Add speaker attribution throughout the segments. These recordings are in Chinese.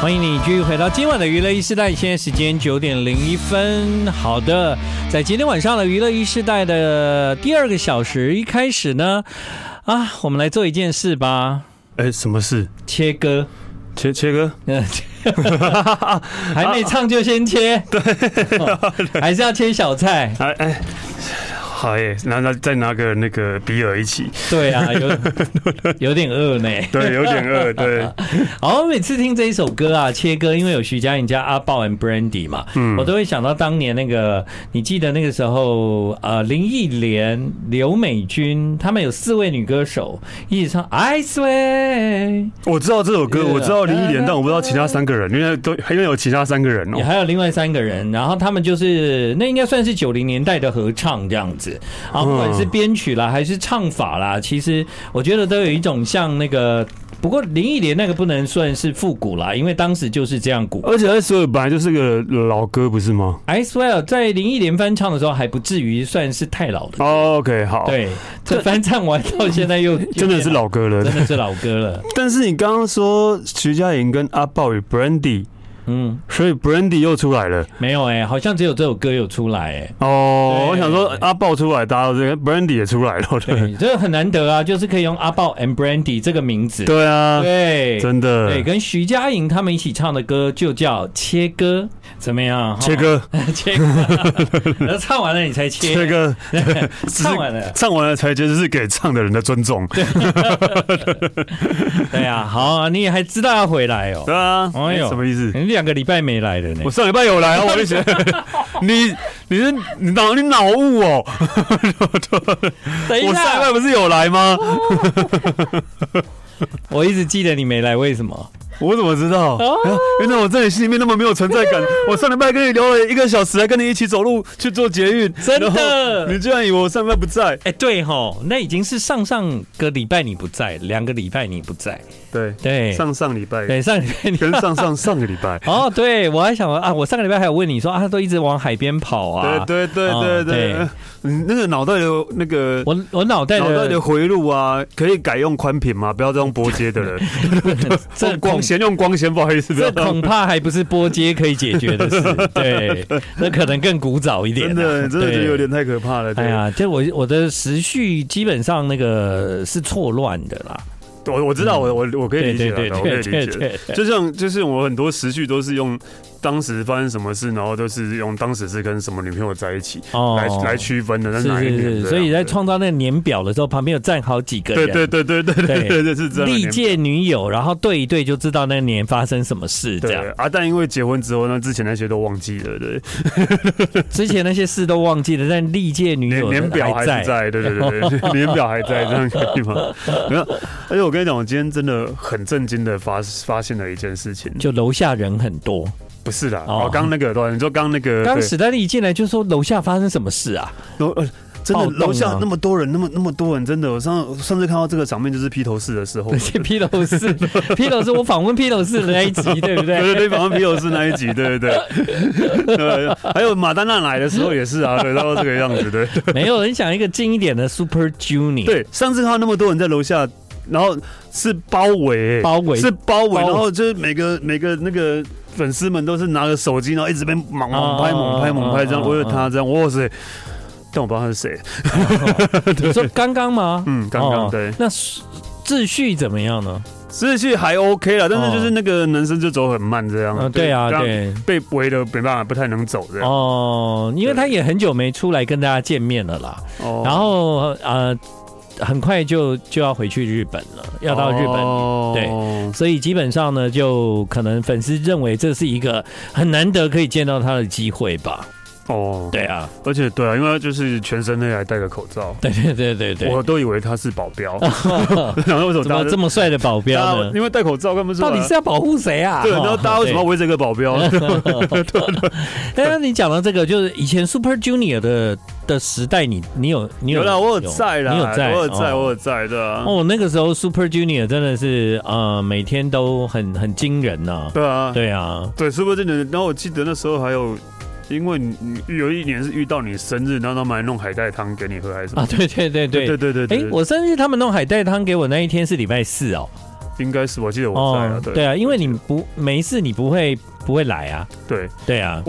Speaker 1: 欢迎你继续回到今晚的娱乐一时代，现在时间九点零一分。好的，在今天晚上的娱乐一时代的第二个小时一开始呢，啊，我们来做一件事吧，
Speaker 2: 哎，什么事？
Speaker 1: 切歌。
Speaker 2: 切切歌？
Speaker 1: 嗯， 还没唱就先切，对，还是要切小菜。
Speaker 2: 哎哎，好哎，拿拿再拿个那个比尔一起，
Speaker 1: 对啊，有有点饿呢。
Speaker 2: 对，有点 饿，对，
Speaker 1: 好，我每次听这一首歌啊，切歌，因为有徐佳莹加阿豹 and Brandy 嘛，我都会想到当年那个，你记得那个时候，呃，林忆莲、刘美君，她们有四位女歌手一起唱《I Swear
Speaker 2: 我知道这首歌，我知道林忆莲，但我不知道其他三个人，因为都因为有其他三个人》，
Speaker 1: 也
Speaker 2: 哦。
Speaker 1: 还有另外三个人，然后他们就是那应该算是九零年代的合唱这样子啊，不管是编曲啦还是唱法啦，其实我觉得都有一种像那个。不过林忆莲那个不能算是复古啦，因为当时就是这样古
Speaker 2: 而且 S 二本来就是个老歌，不是吗
Speaker 1: I swear，在林忆莲翻唱的时候还不至于算是太老的，
Speaker 2: 哦？OK，好，，
Speaker 1: 对，这翻唱完到现在又
Speaker 2: 真的是，老歌
Speaker 1: 真
Speaker 2: 了。
Speaker 1: 的是老歌了。
Speaker 2: 但是你刚刚说徐佳莹跟阿豹与 Brandy，
Speaker 1: 嗯，
Speaker 2: 所以 Brandy 又出来了。
Speaker 1: 没有哎、好像只有这首歌有出来哎、
Speaker 2: 哦，
Speaker 1: 对
Speaker 2: 我想说阿豹出来，大家都这个哎 Brandy 也出来了，对
Speaker 1: 对，这个很难得啊，就是可以用阿豹 and Brandy 这个名字，
Speaker 2: 对啊，
Speaker 1: 对，
Speaker 2: 真的
Speaker 1: 对，跟徐佳莹他们一起唱的歌就叫《切歌》，怎么样？
Speaker 2: 切歌
Speaker 1: 切歌， 然后唱完了你才切，
Speaker 2: 切歌，只
Speaker 1: 唱完了
Speaker 2: 是。唱完了才觉得是给唱的人的尊重，
Speaker 1: 啊
Speaker 2: 对
Speaker 1: 对啊，好啊，你也还知道要回来哦，
Speaker 2: 啊，
Speaker 1: 哎呦
Speaker 2: 什么意思？
Speaker 1: 你两个礼拜没来了呢
Speaker 2: 我。上礼拜有来啊，我就 觉得你你是你脑你脑雾哦，
Speaker 1: 等一
Speaker 2: 我上
Speaker 1: 下哦
Speaker 2: 礼，拜不是有来吗？
Speaker 1: 我一直记得你没来，为什么？
Speaker 2: 我怎么知道？
Speaker 1: 哦
Speaker 2: 啊原来我在你心里面那么没有存在感。我上礼拜跟你聊了一个小时，还跟你一起走路去做捷运，
Speaker 1: 真的
Speaker 2: 然后你居然以为我上礼拜不在？
Speaker 1: 哎、对吼，那已经是上上个礼拜你不在，两个礼拜你不在，
Speaker 2: 对
Speaker 1: 对，
Speaker 2: 上上礼拜
Speaker 1: 对上礼拜你。。
Speaker 2: 跟上上上个礼拜
Speaker 1: 哦，对，我还想啊，我上个礼拜还有问你说啊，他都一直往海边跑啊。
Speaker 2: 对对对
Speaker 1: 啊
Speaker 2: 对对
Speaker 1: 对，
Speaker 2: 你那个脑袋的那个
Speaker 1: 我我脑袋
Speaker 2: 脑袋的
Speaker 1: 的
Speaker 2: 回路啊，可以改用宽频吗？不要再用波接的了，
Speaker 1: 这
Speaker 2: 用光
Speaker 1: 恐
Speaker 2: 纤用光纤，不好意思，不要
Speaker 1: 这恐怕还不是波接可以解决 的事，对，那可能更古早一点、啊。
Speaker 2: 真的真的觉得
Speaker 1: 对
Speaker 2: 有点太可怕了。
Speaker 1: 哎
Speaker 2: 对，
Speaker 1: 呀，就我我的时序基本上那个是错乱的啦。
Speaker 2: 我我知道，我我我可以
Speaker 1: 对
Speaker 2: 理解
Speaker 1: 对对，
Speaker 2: 了我可
Speaker 1: 对
Speaker 2: 以理
Speaker 1: 对
Speaker 2: 解。
Speaker 1: 对对。
Speaker 2: 就像就是我很多时序都是用当时发生什么事，然后都是用当时是跟什么女朋友在一起
Speaker 1: 哦
Speaker 2: 来来区分的，那
Speaker 1: 是
Speaker 2: 哪一
Speaker 1: 是
Speaker 2: 年
Speaker 1: 是，
Speaker 2: 的？啊
Speaker 1: 所以在创造那个年表的时候，旁边有站好几个人。啊
Speaker 2: 对对对对对对对对 是这样的
Speaker 1: 历
Speaker 2: 年
Speaker 1: 届女友，然后对一对就知道那年发生什么事，这
Speaker 2: 对
Speaker 1: 样
Speaker 2: 啊，但因为结婚之后呢，之前那些都忘记了，对，
Speaker 1: 之前那些事都忘记了，但历届女
Speaker 2: 年
Speaker 1: 友
Speaker 2: 年表还
Speaker 1: 在
Speaker 2: 是。在，对对 对对，年表还在，这样可以吗？没有，而且我跟你讲，我今天真的很震惊的发发现了一件事情，
Speaker 1: 就楼下人很多，
Speaker 2: 不是啦，
Speaker 1: 哦
Speaker 2: 哦，刚那个对吧，你说刚那个，
Speaker 1: 刚
Speaker 2: 对
Speaker 1: 史丹利一进来就说楼下发生什么事啊？
Speaker 2: 楼呃，真
Speaker 1: 暴动
Speaker 2: 的楼
Speaker 1: 啊
Speaker 2: 下那么多人，那么那么多人，真的，我上上次看到这个场面就是披头士的时候，
Speaker 1: 那些披头 士，披头士，我访问披头士的那一集，对不
Speaker 2: 对
Speaker 1: 对？
Speaker 2: 对对，访问披头士那一集，对对对， 对，还有马丹娜来的时候也是啊，对，然后这个样子，对
Speaker 1: 没有人想一个近一点的 Super Junior，，
Speaker 2: 对，上次看到那么多人在楼下。然后是包围、
Speaker 1: 包围
Speaker 2: 是包围，
Speaker 1: 包围
Speaker 2: 然后就是每个每个那个粉丝们都是拿着手机，然后一直被猛猛拍、
Speaker 1: 哦
Speaker 2: 猛拍、猛拍，这样
Speaker 1: 哦
Speaker 2: 为了他这样，哇塞！但我不知道他是谁，
Speaker 1: 你说刚刚吗？
Speaker 2: 嗯，刚刚
Speaker 1: 哦
Speaker 2: 对，
Speaker 1: 那秩序怎么样呢？
Speaker 2: 秩序还 OK 了，但是就是那个男生就走很慢这样。
Speaker 1: 嗯，对啊，
Speaker 2: 这样
Speaker 1: 对，
Speaker 2: 被围的没办法，不太能走这样。
Speaker 1: 哦，因为他也很久没出来跟大家见面了啦，
Speaker 2: 哦
Speaker 1: 然后呃，很快就就要回去日本了，要到日
Speaker 2: 哦
Speaker 1: 本。
Speaker 2: 对，
Speaker 1: 所以基本上呢，就可能粉丝认为这是一个很难得可以见到他的机会吧。
Speaker 2: 哦，
Speaker 1: 对啊，
Speaker 2: 而且对啊，因为他就是全身内还戴个口罩，
Speaker 1: 对对对对对，
Speaker 2: 我都以为他是保镖，然后为什么
Speaker 1: 怎
Speaker 2: 大
Speaker 1: 么
Speaker 2: 家
Speaker 1: 这么帅的保镖
Speaker 2: 大家
Speaker 1: 呢？
Speaker 2: 因为戴口罩看不出来，
Speaker 1: 到底是要保护谁啊？
Speaker 2: 哦对，然后大家为什么 要
Speaker 1: 对？
Speaker 2: 围着一个保镖？
Speaker 1: 但哎是你讲到这个，就是以前 Super Junior 的的时代你，你有你有
Speaker 2: 有啦，我有在啦，
Speaker 1: 你有在，
Speaker 2: 我有在，
Speaker 1: 哦
Speaker 2: 我有在的啊。
Speaker 1: 哦，那个时候 Super Junior 真的是呃，每天都很很惊人呐、
Speaker 2: 对啊，
Speaker 1: 对啊，
Speaker 2: 对，是不是真的？然后我记得那时候还有，因为你你有一年是遇到你生日，然后他们还弄海带汤给你喝，还是什么？
Speaker 1: 啊，对对对对
Speaker 2: 对对对
Speaker 1: 哎、
Speaker 2: 对，
Speaker 1: 我生日他们弄海带汤给我那一天是礼拜四哦。
Speaker 2: 应该是我记得我在啊，
Speaker 1: 对
Speaker 2: 对
Speaker 1: 啊，因为你不没事，你不会不会来啊。
Speaker 2: 对，
Speaker 1: 对啊，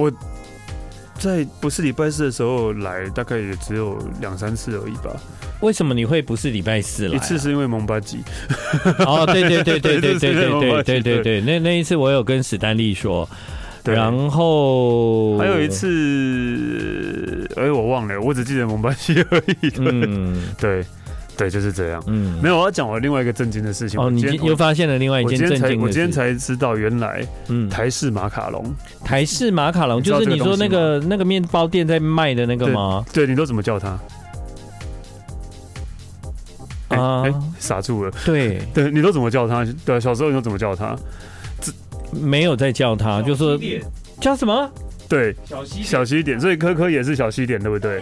Speaker 2: 在不是礼拜四的时候来，大概也只有两三次而已吧。
Speaker 1: 为什么你会不是礼拜四来、啊？
Speaker 2: 一次是因为蒙巴吉，
Speaker 1: 哦，对对对对对对对对对对
Speaker 2: 对
Speaker 1: 对，那那一次我有跟史丹利说，
Speaker 2: 对，
Speaker 1: 然后
Speaker 2: 还有一，次，哎，我忘了，我只记得蒙巴吉而已。
Speaker 1: 嗯
Speaker 2: 对，对，就是这样。
Speaker 1: 嗯，
Speaker 2: 没有，我要讲我另外一个震惊的事情。
Speaker 1: 哦，
Speaker 2: 我
Speaker 1: 你
Speaker 2: 今
Speaker 1: 今
Speaker 2: 天
Speaker 1: 又发现了另外一
Speaker 2: 我
Speaker 1: 件
Speaker 2: 今
Speaker 1: 震
Speaker 2: 天才
Speaker 1: 惊
Speaker 2: 我
Speaker 1: 的
Speaker 2: 今天
Speaker 1: 事，
Speaker 2: 才知道，原来
Speaker 1: 嗯，
Speaker 2: 台式马卡龙，
Speaker 1: 台式马卡龙
Speaker 2: 你知道
Speaker 1: 就是
Speaker 2: 这个
Speaker 1: 你说
Speaker 2: 东
Speaker 1: 那
Speaker 2: 西
Speaker 1: 个那个面包店在卖的那个吗？
Speaker 2: 对你都怎么叫它？哎
Speaker 1: 啊
Speaker 2: 哎，傻住了。
Speaker 1: 对，
Speaker 2: 对，你都怎么叫它？对，小时候你都怎么叫它？
Speaker 1: 没有在叫他，就说叫什么？
Speaker 2: 对，
Speaker 3: 小溪
Speaker 2: 小西点，所以科科也是小西点，对不对？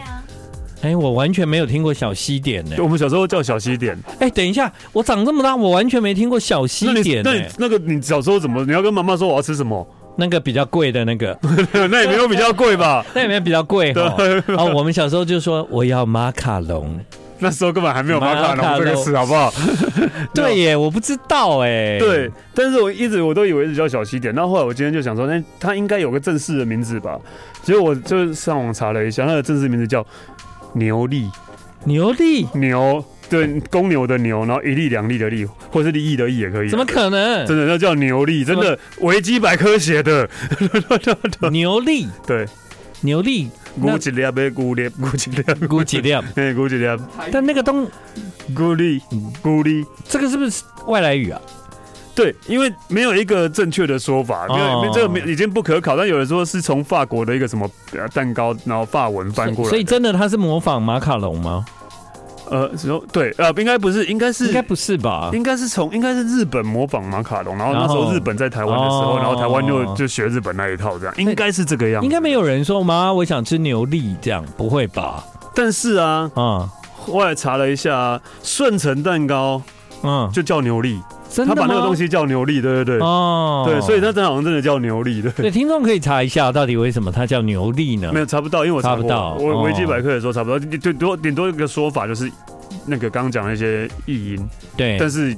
Speaker 1: 哎，我完全没有听过小西点呢
Speaker 2: 对。我们小时候叫小西点。
Speaker 1: 哎，等一下，我长这么大，我完全没听过小西
Speaker 2: 那你
Speaker 1: 点哎呢
Speaker 2: 那。你那个你小时候怎么？你要跟妈妈说我要吃什么？
Speaker 1: 那个比较贵的那个，
Speaker 2: 那也没有比较贵吧？
Speaker 1: 那里面比较贵哈。哦，我们小时候就说我要马卡龙。
Speaker 2: 那时候根本还没有马
Speaker 1: 马
Speaker 2: 卡
Speaker 1: 卡
Speaker 2: 龙
Speaker 1: 龙
Speaker 2: 这个词，好不好？
Speaker 1: 对耶，我不知道哎。
Speaker 2: 对，但是我一直我都以为是叫小西点，然后后来我今天就想说，那它应该有个正式的名字吧？结果我就上网查了一下，它的正式名字叫牛粒
Speaker 1: 牛力
Speaker 2: 牛，对，公牛的牛，然后一粒两粒的粒，或是一亿的亿也可以。
Speaker 1: 怎么？可能？
Speaker 2: 真的那叫牛粒，真
Speaker 1: 怎
Speaker 2: 的维基百科写的。
Speaker 1: 牛力
Speaker 2: 对，
Speaker 1: 牛 力那
Speaker 2: 估计粒呗，估粒，估计粒，
Speaker 1: 估计量，
Speaker 2: 哎，估计粒，
Speaker 1: 但那个东
Speaker 2: 估粒，估粒。
Speaker 1: 这个是不是外来语啊？
Speaker 2: 对，因为没有一个正确的说法，没有、
Speaker 1: 哦
Speaker 2: 这个没已经不可考。但有人说是从法国的一个什么呃蛋糕，然后法文翻过来的，
Speaker 1: 所以真的他是模仿马卡龙吗？
Speaker 2: 呃，只有对呃，应该不是，应该是
Speaker 1: 应该不是吧？
Speaker 2: 应该是从应该是日本模仿马卡龙，然后那时
Speaker 1: 然后
Speaker 2: 候日本在台湾的时候，
Speaker 1: 哦
Speaker 2: 然后台湾就就学日本那一套这样，应该是这个样子。
Speaker 1: 应该没有人说妈，我想吃牛力这样，不会吧？
Speaker 2: 但是啊，
Speaker 1: 啊、
Speaker 2: 后来查了一下啊，顺成蛋糕
Speaker 1: 嗯，
Speaker 2: 就叫牛粒，
Speaker 1: 真
Speaker 2: 他
Speaker 1: 的吗？
Speaker 2: 把那个东西叫牛粒，对对对，
Speaker 1: 哦，
Speaker 2: 对，所以它真的好像真的叫牛粒，对。
Speaker 1: 对听众可以查一下，到底为什么它叫牛力呢
Speaker 2: 没？有查不到，因为我
Speaker 1: 嗯
Speaker 2: 查
Speaker 1: 查不到
Speaker 2: 过我
Speaker 1: 哦
Speaker 2: 维基百科也说查不到，顶顶多顶多一个说法就是那个刚刚讲的一些译音，
Speaker 1: 对，
Speaker 2: 但是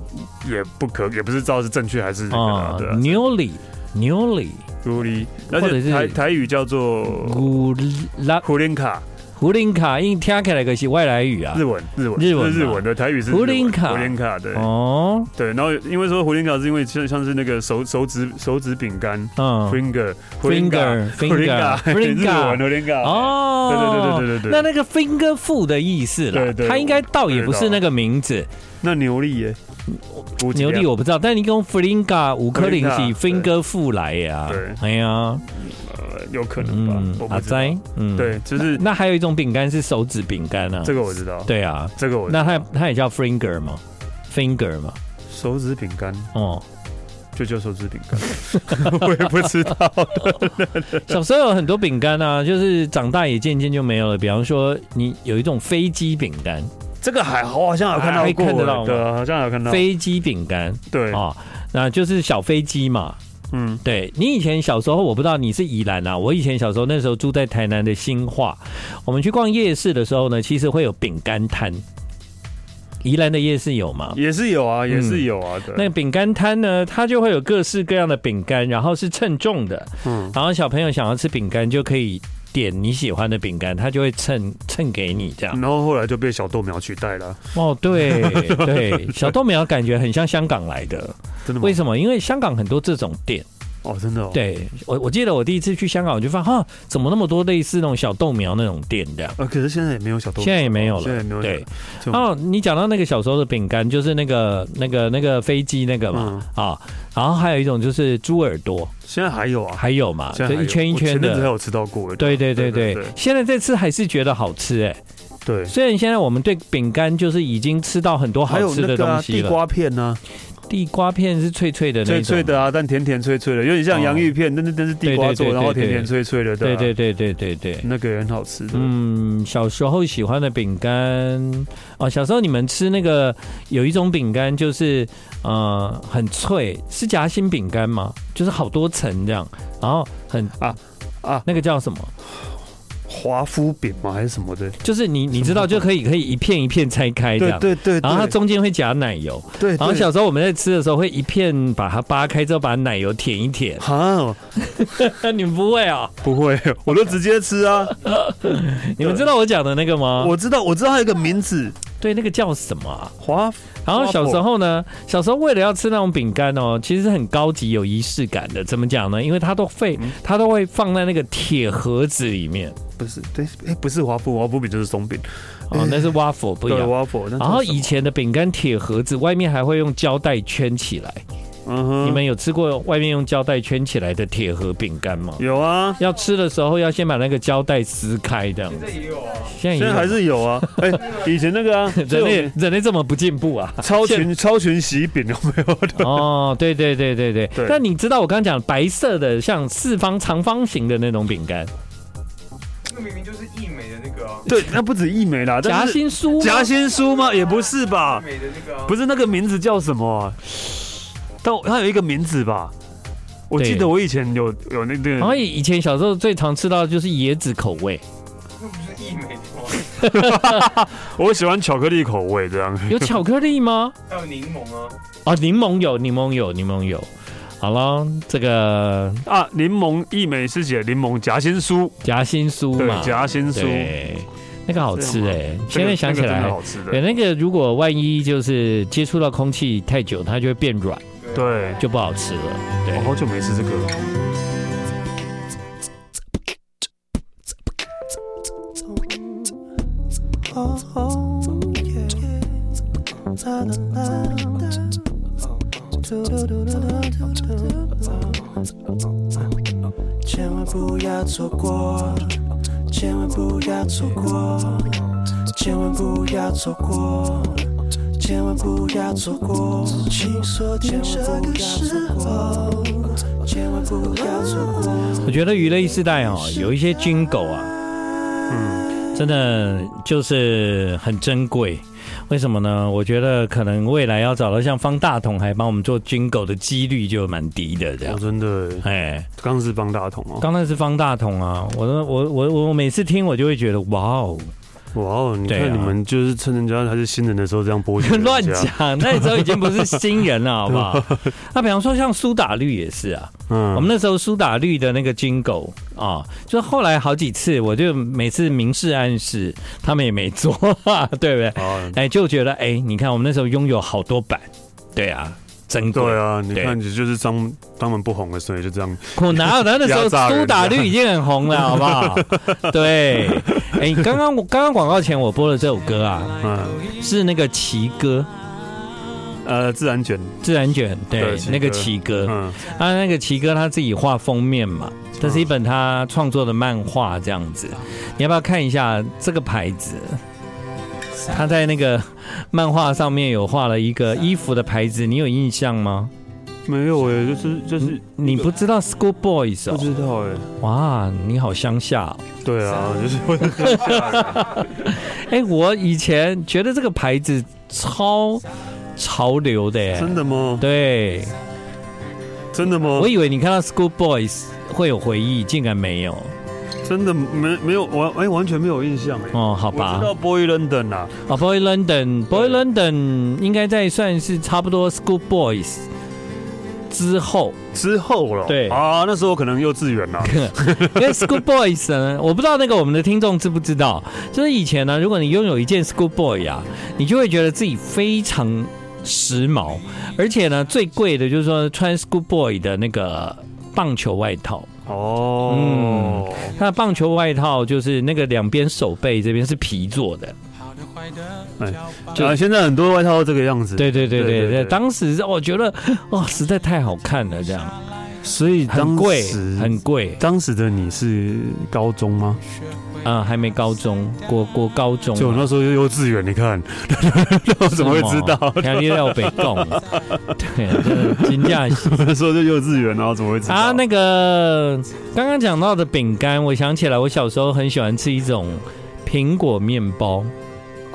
Speaker 2: 也不可也不是知道是正确还是那个啊
Speaker 1: 啊
Speaker 2: 对啊，，
Speaker 1: 牛力牛力
Speaker 2: 狐狸，而
Speaker 1: 或者
Speaker 2: 且
Speaker 1: 是
Speaker 2: 台台语叫做
Speaker 1: 古拉
Speaker 2: 胡林卡，
Speaker 1: 胡林卡，因听起来可是外来语啊
Speaker 2: 日。文日文
Speaker 1: 日文
Speaker 2: 这是日
Speaker 1: 嘛
Speaker 2: 文的台语是
Speaker 1: 胡
Speaker 2: 日文
Speaker 1: 林卡
Speaker 2: 胡林卡对
Speaker 1: 哦，
Speaker 2: 对，然后因为说胡林卡是因为像像是那个手手指手指饼干
Speaker 1: 嗯
Speaker 2: finger 胡林卡
Speaker 1: ，finger
Speaker 2: 胡林卡
Speaker 1: finger
Speaker 2: 日文
Speaker 1: finger，
Speaker 2: 胡林卡
Speaker 1: 哦，
Speaker 2: 对对对对对对
Speaker 1: 那那个 finger food 的意思啦
Speaker 2: 对，对
Speaker 1: 它应该倒也不是
Speaker 2: 对对
Speaker 1: 那个名字。
Speaker 2: 那牛力耶，五几
Speaker 1: 牛力
Speaker 2: 两
Speaker 1: 我不知道，但你用 flinga 五颗零是
Speaker 2: Flinga，
Speaker 1: finger 富来呀、
Speaker 2: 对
Speaker 1: 哎呀，
Speaker 2: 呃有可能吧
Speaker 1: 嗯，
Speaker 2: 我，不
Speaker 1: 阿
Speaker 2: 知道
Speaker 1: 斋，嗯，
Speaker 2: 对，就是
Speaker 1: 那还有一种饼干是手指饼干啊，
Speaker 2: 这个我知道，
Speaker 1: 对啊，
Speaker 2: 这个我知道
Speaker 1: 那它它也叫 finger 吗？finger 吗？
Speaker 2: 手指饼干
Speaker 1: 哦，
Speaker 2: 就叫手指饼干，我也不知道。
Speaker 1: 小时候有很多饼干啊，就是长大也渐渐就没有了。比方说，你有一种飞机饼干，
Speaker 2: 这个还好，好像有看到
Speaker 1: 还
Speaker 2: 过，
Speaker 1: 看得到吗
Speaker 2: 对啊，好像有看到。
Speaker 1: 飞机饼干
Speaker 2: 对，
Speaker 1: 啊，那就是小飞机嘛。
Speaker 2: 嗯，
Speaker 1: 对你以前小时候，我不知道你是宜兰啊，我以前小时候那时候住在台南的新化，我们去逛夜市的时候呢，其实会有饼干摊。宜兰的夜市有吗？
Speaker 2: 也是有啊，也是有啊。
Speaker 1: 嗯那
Speaker 2: 对，
Speaker 1: 个饼干摊呢，它就会有各式各样的饼干，然后是称重的，
Speaker 2: 嗯，
Speaker 1: 然后小朋友想要吃饼干就可以点你喜欢的饼干，它就会称称给你这样。
Speaker 2: 然后后来就被小豆苗取代了，
Speaker 1: 哦，对对，小豆苗感觉很像香港来的，
Speaker 2: 真的吗？
Speaker 1: 为什么？因为香港很多这种店，
Speaker 2: 哦，真的哦，，
Speaker 1: 对我我记得我第一次去香港，我就发现哈，怎么那么多类似那种小豆苗那种店这样。
Speaker 2: 呃，可是现在也没有小豆，
Speaker 1: 现在也没有了
Speaker 2: 现在也没有，
Speaker 1: 对，
Speaker 2: 就
Speaker 1: 哦，你讲到那个小时候的饼干，就是那个那个那个飞机那个嘛
Speaker 2: 嗯
Speaker 1: 啊、然后还有一种就是猪耳朵，
Speaker 2: 现在还有啊，
Speaker 1: 还有嘛，就
Speaker 2: 现在还有
Speaker 1: 一圈一
Speaker 2: 我
Speaker 1: 圈
Speaker 2: 前阵子还
Speaker 1: 的。
Speaker 2: 有吃到过，
Speaker 1: 对对对对
Speaker 2: 对对，
Speaker 1: 现在这次还是觉得好吃哎、
Speaker 2: 对，
Speaker 1: 虽然现在我们对饼干就是已经吃到很多好
Speaker 2: 还有
Speaker 1: 吃的
Speaker 2: 那个啊
Speaker 1: 东西
Speaker 2: 地
Speaker 1: 了，
Speaker 2: 瓜片呢，
Speaker 1: 地瓜片是脆脆的那
Speaker 2: 脆
Speaker 1: 种，哦
Speaker 2: 脆的啊，但甜甜脆脆的，有点像洋芋片，但是但是地瓜
Speaker 1: 对对
Speaker 2: 做，
Speaker 1: 对
Speaker 2: 然后
Speaker 1: 对
Speaker 2: 甜
Speaker 1: 对
Speaker 2: 甜脆脆的，
Speaker 1: 对
Speaker 2: 啊
Speaker 1: 对对对对对。
Speaker 2: 那个也很好吃的，
Speaker 1: 嗯，小时候喜欢的饼干哦，小时候你们吃那个有一种饼干，就是呃很脆，是夹心饼干吗？就是好多层这样，然后很
Speaker 2: 啊啊
Speaker 1: 那个叫什么？
Speaker 2: 华夫饼嘛还是什么的，
Speaker 1: 就是你你知道就可以可以一片一片拆开这
Speaker 2: 对
Speaker 1: 样，
Speaker 2: 对对，
Speaker 1: 然后它
Speaker 2: 对
Speaker 1: 中间会夹奶油，
Speaker 2: 对，
Speaker 1: 然后
Speaker 2: 对
Speaker 1: 小时候我们在吃的时候会一片把它扒开之后把奶油舔一 舔，
Speaker 2: 哈
Speaker 1: 你们不会啊、
Speaker 2: 不会，我都直接吃啊，
Speaker 1: 你们知道我讲的那个吗？
Speaker 2: 我知道我知道它有一个名字
Speaker 1: 对那个叫什么啊、
Speaker 2: 华
Speaker 1: 然后小时候呢，小时候为了要吃那种饼干哦，其实是很高级、有仪式感的。怎么讲呢？因为它都会，
Speaker 2: 嗯
Speaker 1: 它都会放在那个铁盒子里面
Speaker 2: 不是对，哎不是华夫，华夫饼就是松饼，
Speaker 1: 哦，那是 waffle 不一
Speaker 2: 嗯对
Speaker 1: 样。
Speaker 2: waffle，那叫
Speaker 1: 然后
Speaker 2: 什么
Speaker 1: 以前的饼干铁盒子外面还会用胶带圈起来，
Speaker 2: 嗯哼
Speaker 1: 你们有吃过外面用胶带圈起来的铁盒饼干吗？
Speaker 2: 有啊，
Speaker 1: 要吃的时候要先把那个胶带撕开，这样子。现在也
Speaker 2: 现
Speaker 1: 有
Speaker 2: 在还
Speaker 1: 啊，
Speaker 2: 是有啊，哎、 以前那个啊，
Speaker 1: 人类
Speaker 2: 这
Speaker 1: 人类这么不进步 啊！
Speaker 2: 种超群超群喜饼有没有？
Speaker 1: 哦，对对对对对。
Speaker 2: 对
Speaker 1: 但你知道我刚刚讲白色的，像四方长方形的那种饼干，
Speaker 4: 那明明就是艺美的那个啊，
Speaker 2: 对，那不止一枚啦，
Speaker 1: 夹
Speaker 2: 啊但是
Speaker 1: 心酥吗，
Speaker 2: 夹心酥吗？也不是吧
Speaker 4: 艺，美的那个啊，
Speaker 2: 不是那个名字叫什么、啊？但我它有一个名字吧，我记
Speaker 1: 对
Speaker 2: 得我以前有有那
Speaker 1: 然后
Speaker 2: 个，
Speaker 1: 哎以前小时候最常吃到的就是椰子口味，
Speaker 4: 那不是艺美的吗？
Speaker 2: 我喜欢巧克力口味这样。
Speaker 1: 有巧克力吗？
Speaker 4: 还有柠檬啊，
Speaker 1: 哦，柠檬有，柠檬有，柠檬有。好了，这个
Speaker 2: 啊，柠檬一美是写柠檬夹心酥，
Speaker 1: 夹心酥
Speaker 2: 对
Speaker 1: 嘛，，
Speaker 2: 夹心酥，
Speaker 1: 对，那个好吃哎、
Speaker 2: 这
Speaker 1: 现
Speaker 2: 个
Speaker 1: 在想起
Speaker 2: 这个真的
Speaker 1: 来，
Speaker 2: 好吃
Speaker 1: 对
Speaker 2: 的，
Speaker 1: 那个如果万一就是接触到空气太久，它就会变软，
Speaker 2: 对，
Speaker 1: 就不好吃了。对
Speaker 2: 我，好久没吃这个了。
Speaker 3: 千万不要错过，千万不要错过，千万不要错过，千万不要错过。请锁定这个时候，千万不要错过。
Speaker 1: 我觉得娱乐时代哦，有一些军狗啊，嗯，真的就是很珍贵。为什么呢？我觉得可能未来要找到像方大同还帮我们做军狗的几率就蛮低的，这
Speaker 2: 我
Speaker 1: 样。
Speaker 2: 真的
Speaker 1: 哎，
Speaker 2: 刚是帮大同哦，
Speaker 1: 刚才是方大同啊，我我我我我每次听我就会觉得哇哦，
Speaker 2: 哇哦！你
Speaker 1: 对
Speaker 2: 看
Speaker 1: 啊
Speaker 2: 你们就是趁人家还是新人的时候这样剥削人 家
Speaker 1: 乱，讲，那时候已经不是新人了，好不好？那比方说像苏打绿也是啊，
Speaker 2: 嗯，
Speaker 1: 我们那时候苏打绿的那个金狗啊，就后来好几次，我就每次明示暗示，他们也没做， 对不对？
Speaker 2: 啊，
Speaker 1: 哎，就觉得哎，你看我们那时候拥有好多版，对啊，珍贵。
Speaker 2: 对啊，你
Speaker 1: 对
Speaker 2: 看你就是当当们不红的时候也就这样，
Speaker 1: 我哪有？那时候
Speaker 2: 压榨人家
Speaker 1: 苏打绿已经很红 了，好不好？对，哎，刚刚我刚刚广告前我播的这首歌啊，
Speaker 2: 嗯，
Speaker 1: 是那个奇哥
Speaker 2: 呃，自然卷，
Speaker 1: 自然卷，对
Speaker 2: 对，奇哥
Speaker 1: 那个奇哥，
Speaker 2: 嗯，
Speaker 1: 啊，那个奇哥他自己画封面嘛，这是一本他创作的漫画这样子。你要不要看一下这个牌子？他在那个漫画上面有画了一个衣服的牌子，你有印象吗？
Speaker 2: 没有哎，就是就是
Speaker 1: 你不知道 School Boys
Speaker 2: 不
Speaker 1: 哦？
Speaker 2: 知道哎，
Speaker 1: 哇，你好乡下、哦！
Speaker 2: 对啊，就是
Speaker 1: 哎，我以前觉得这个牌子超潮流的耶。
Speaker 2: 真的吗？
Speaker 1: 对，
Speaker 2: 真的吗
Speaker 1: 我？以为你看到 School Boys 会有回忆，竟然没有。
Speaker 2: 真的没没有完哎，完全没有印象哎，
Speaker 1: 哦，好
Speaker 2: 我
Speaker 1: 吧。
Speaker 2: 知道 Boy London 啊，
Speaker 1: 啊、b o y London，Boy London 应该在算是差不多 School Boys 之 后，
Speaker 2: 之后了，
Speaker 1: 对
Speaker 2: 啊，那时候可能幼稚园啦，啊
Speaker 1: 因为 School Boys 呢，我不知道那个我们的听众知不知道，就是以前呢，如果你拥有一件 School Boy 啊，你就会觉得自己非常时髦，而且呢，最贵的就是说穿 School Boy 的那个。棒球外套，
Speaker 2: 哦，
Speaker 1: 它的棒球外套就是那个两边手背这边是皮做的。
Speaker 3: 好的坏的
Speaker 2: 哎
Speaker 3: 交棒
Speaker 2: 啊，现在很多外套都这个样子，
Speaker 1: 对对对
Speaker 2: 对
Speaker 1: 对
Speaker 2: 对
Speaker 1: 对，
Speaker 2: 对
Speaker 1: 当时是我觉得哇，实在太好看了，这样
Speaker 2: 所以
Speaker 1: 很
Speaker 2: 当
Speaker 1: 贵
Speaker 2: 时，
Speaker 1: 很贵。
Speaker 2: 当时的你是高中吗？
Speaker 3: 学会
Speaker 1: 啊、还没高中，国国高中啊
Speaker 2: 就我那时候就幼稚园，你看， 那我怎么会知道？
Speaker 1: 看你绕北贡， 对，这金价
Speaker 2: 那时候就幼稚园，然后怎么 会知道？
Speaker 1: 啊，那个刚刚讲到的饼干，我想起来，我小时候很喜欢吃一种苹果面包，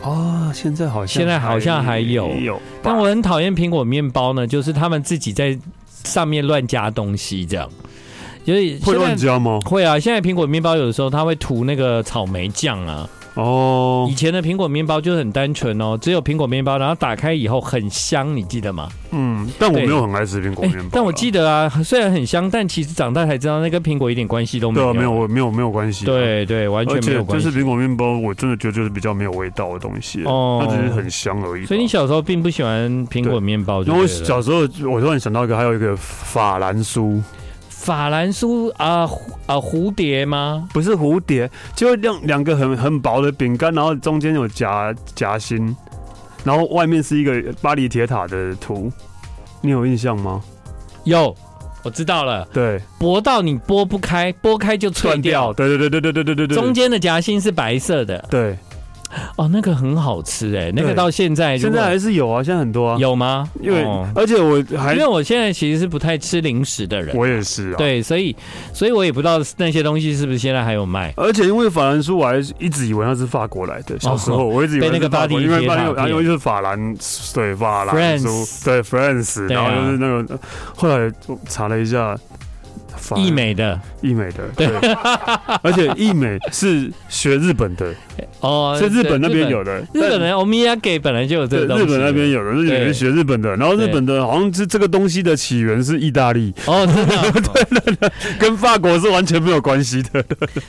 Speaker 2: 哦，现在好像
Speaker 1: 现在好像还有
Speaker 2: 有吧，
Speaker 1: 但我很讨厌苹果面包呢，就是他们自己在上面乱加东西，这样，就是
Speaker 2: 会
Speaker 1: 现在
Speaker 2: 乱加吗？
Speaker 1: 会啊，现在苹果面包有的时候它会涂那个草莓酱啊。
Speaker 2: 哦
Speaker 1: 以，前的苹果面包就是很单纯哦，只有苹果面包，然后打开以后很香，你记得吗？
Speaker 2: 嗯，但我
Speaker 1: 对
Speaker 2: 没有很爱吃苹果
Speaker 1: 哎
Speaker 2: 面包啦，
Speaker 1: 但我记得啊，虽然很香，但其实长大才知道那跟苹果一点关系都没
Speaker 2: 对
Speaker 1: 有。
Speaker 2: 啊，没有，我没有没有关系，。啊
Speaker 1: 对对，完
Speaker 2: 而
Speaker 1: 全没
Speaker 2: 且
Speaker 1: 有
Speaker 2: 就
Speaker 1: 关系
Speaker 2: 是。苹果面包，我真的觉得就是比较没有味道的东西，
Speaker 1: 哦
Speaker 2: 它只是很香而已吧。
Speaker 1: 所以你小时候并不喜欢苹果面包，
Speaker 2: 然
Speaker 1: 对
Speaker 2: 后
Speaker 1: 不
Speaker 2: 我
Speaker 1: 对？
Speaker 2: 小时候，我突然想到一个，还有一个法兰酥，
Speaker 1: 法兰酥啊蝴啊蝴蝶吗？
Speaker 2: 不是蝴蝶，就两两个很很薄的饼干，然后中间有夹夹心，然后外面是一个巴黎铁塔的图，你有印象吗？
Speaker 1: 有，我知道了，
Speaker 2: 对，
Speaker 1: 薄到你剥不开，剥开就脆
Speaker 2: 断掉，对对对对对对对对对，
Speaker 1: 中间的夹心是白色的，
Speaker 2: 对，
Speaker 1: 哦，那个很好吃哎，那个
Speaker 2: 对
Speaker 1: 到现在如
Speaker 2: 现
Speaker 1: 果
Speaker 2: 在还是有啊，现在很多啊，
Speaker 1: 有吗？
Speaker 2: 因为、
Speaker 1: 哦
Speaker 2: 而且我还
Speaker 1: 因为我现在其实是不太吃零食的人，
Speaker 2: 我也是啊，，
Speaker 1: 对，所以所以我也不知道那些东西是不是现在还有卖。
Speaker 2: 而且因为法兰酥，我还一直以为它是法国来的，小时候我一直以为
Speaker 1: 哦被那个
Speaker 2: 是法国
Speaker 1: 巴黎
Speaker 2: 因为巴
Speaker 1: 铁塔
Speaker 2: 黎，
Speaker 1: 骗
Speaker 2: 然后就是法兰，对法兰
Speaker 1: France
Speaker 2: 酥，对 France，
Speaker 1: 对啊
Speaker 2: 然后就是那个，后来我查了一下，法兰
Speaker 1: 益美的
Speaker 2: 益美的，对， 而且益美是学日本的，
Speaker 1: 哦，
Speaker 2: 是日本那边
Speaker 1: 对
Speaker 2: 有的，
Speaker 1: 日
Speaker 2: 但
Speaker 1: 本人欧米亚给本来就有这
Speaker 2: 对
Speaker 1: 个东
Speaker 2: 日
Speaker 1: 西，
Speaker 2: 本那边有的，日本人学日本的，然后日本的好像是这个东西的起源是意大利，
Speaker 1: 哦，真的啊、
Speaker 2: 跟法国是完全没有关系的。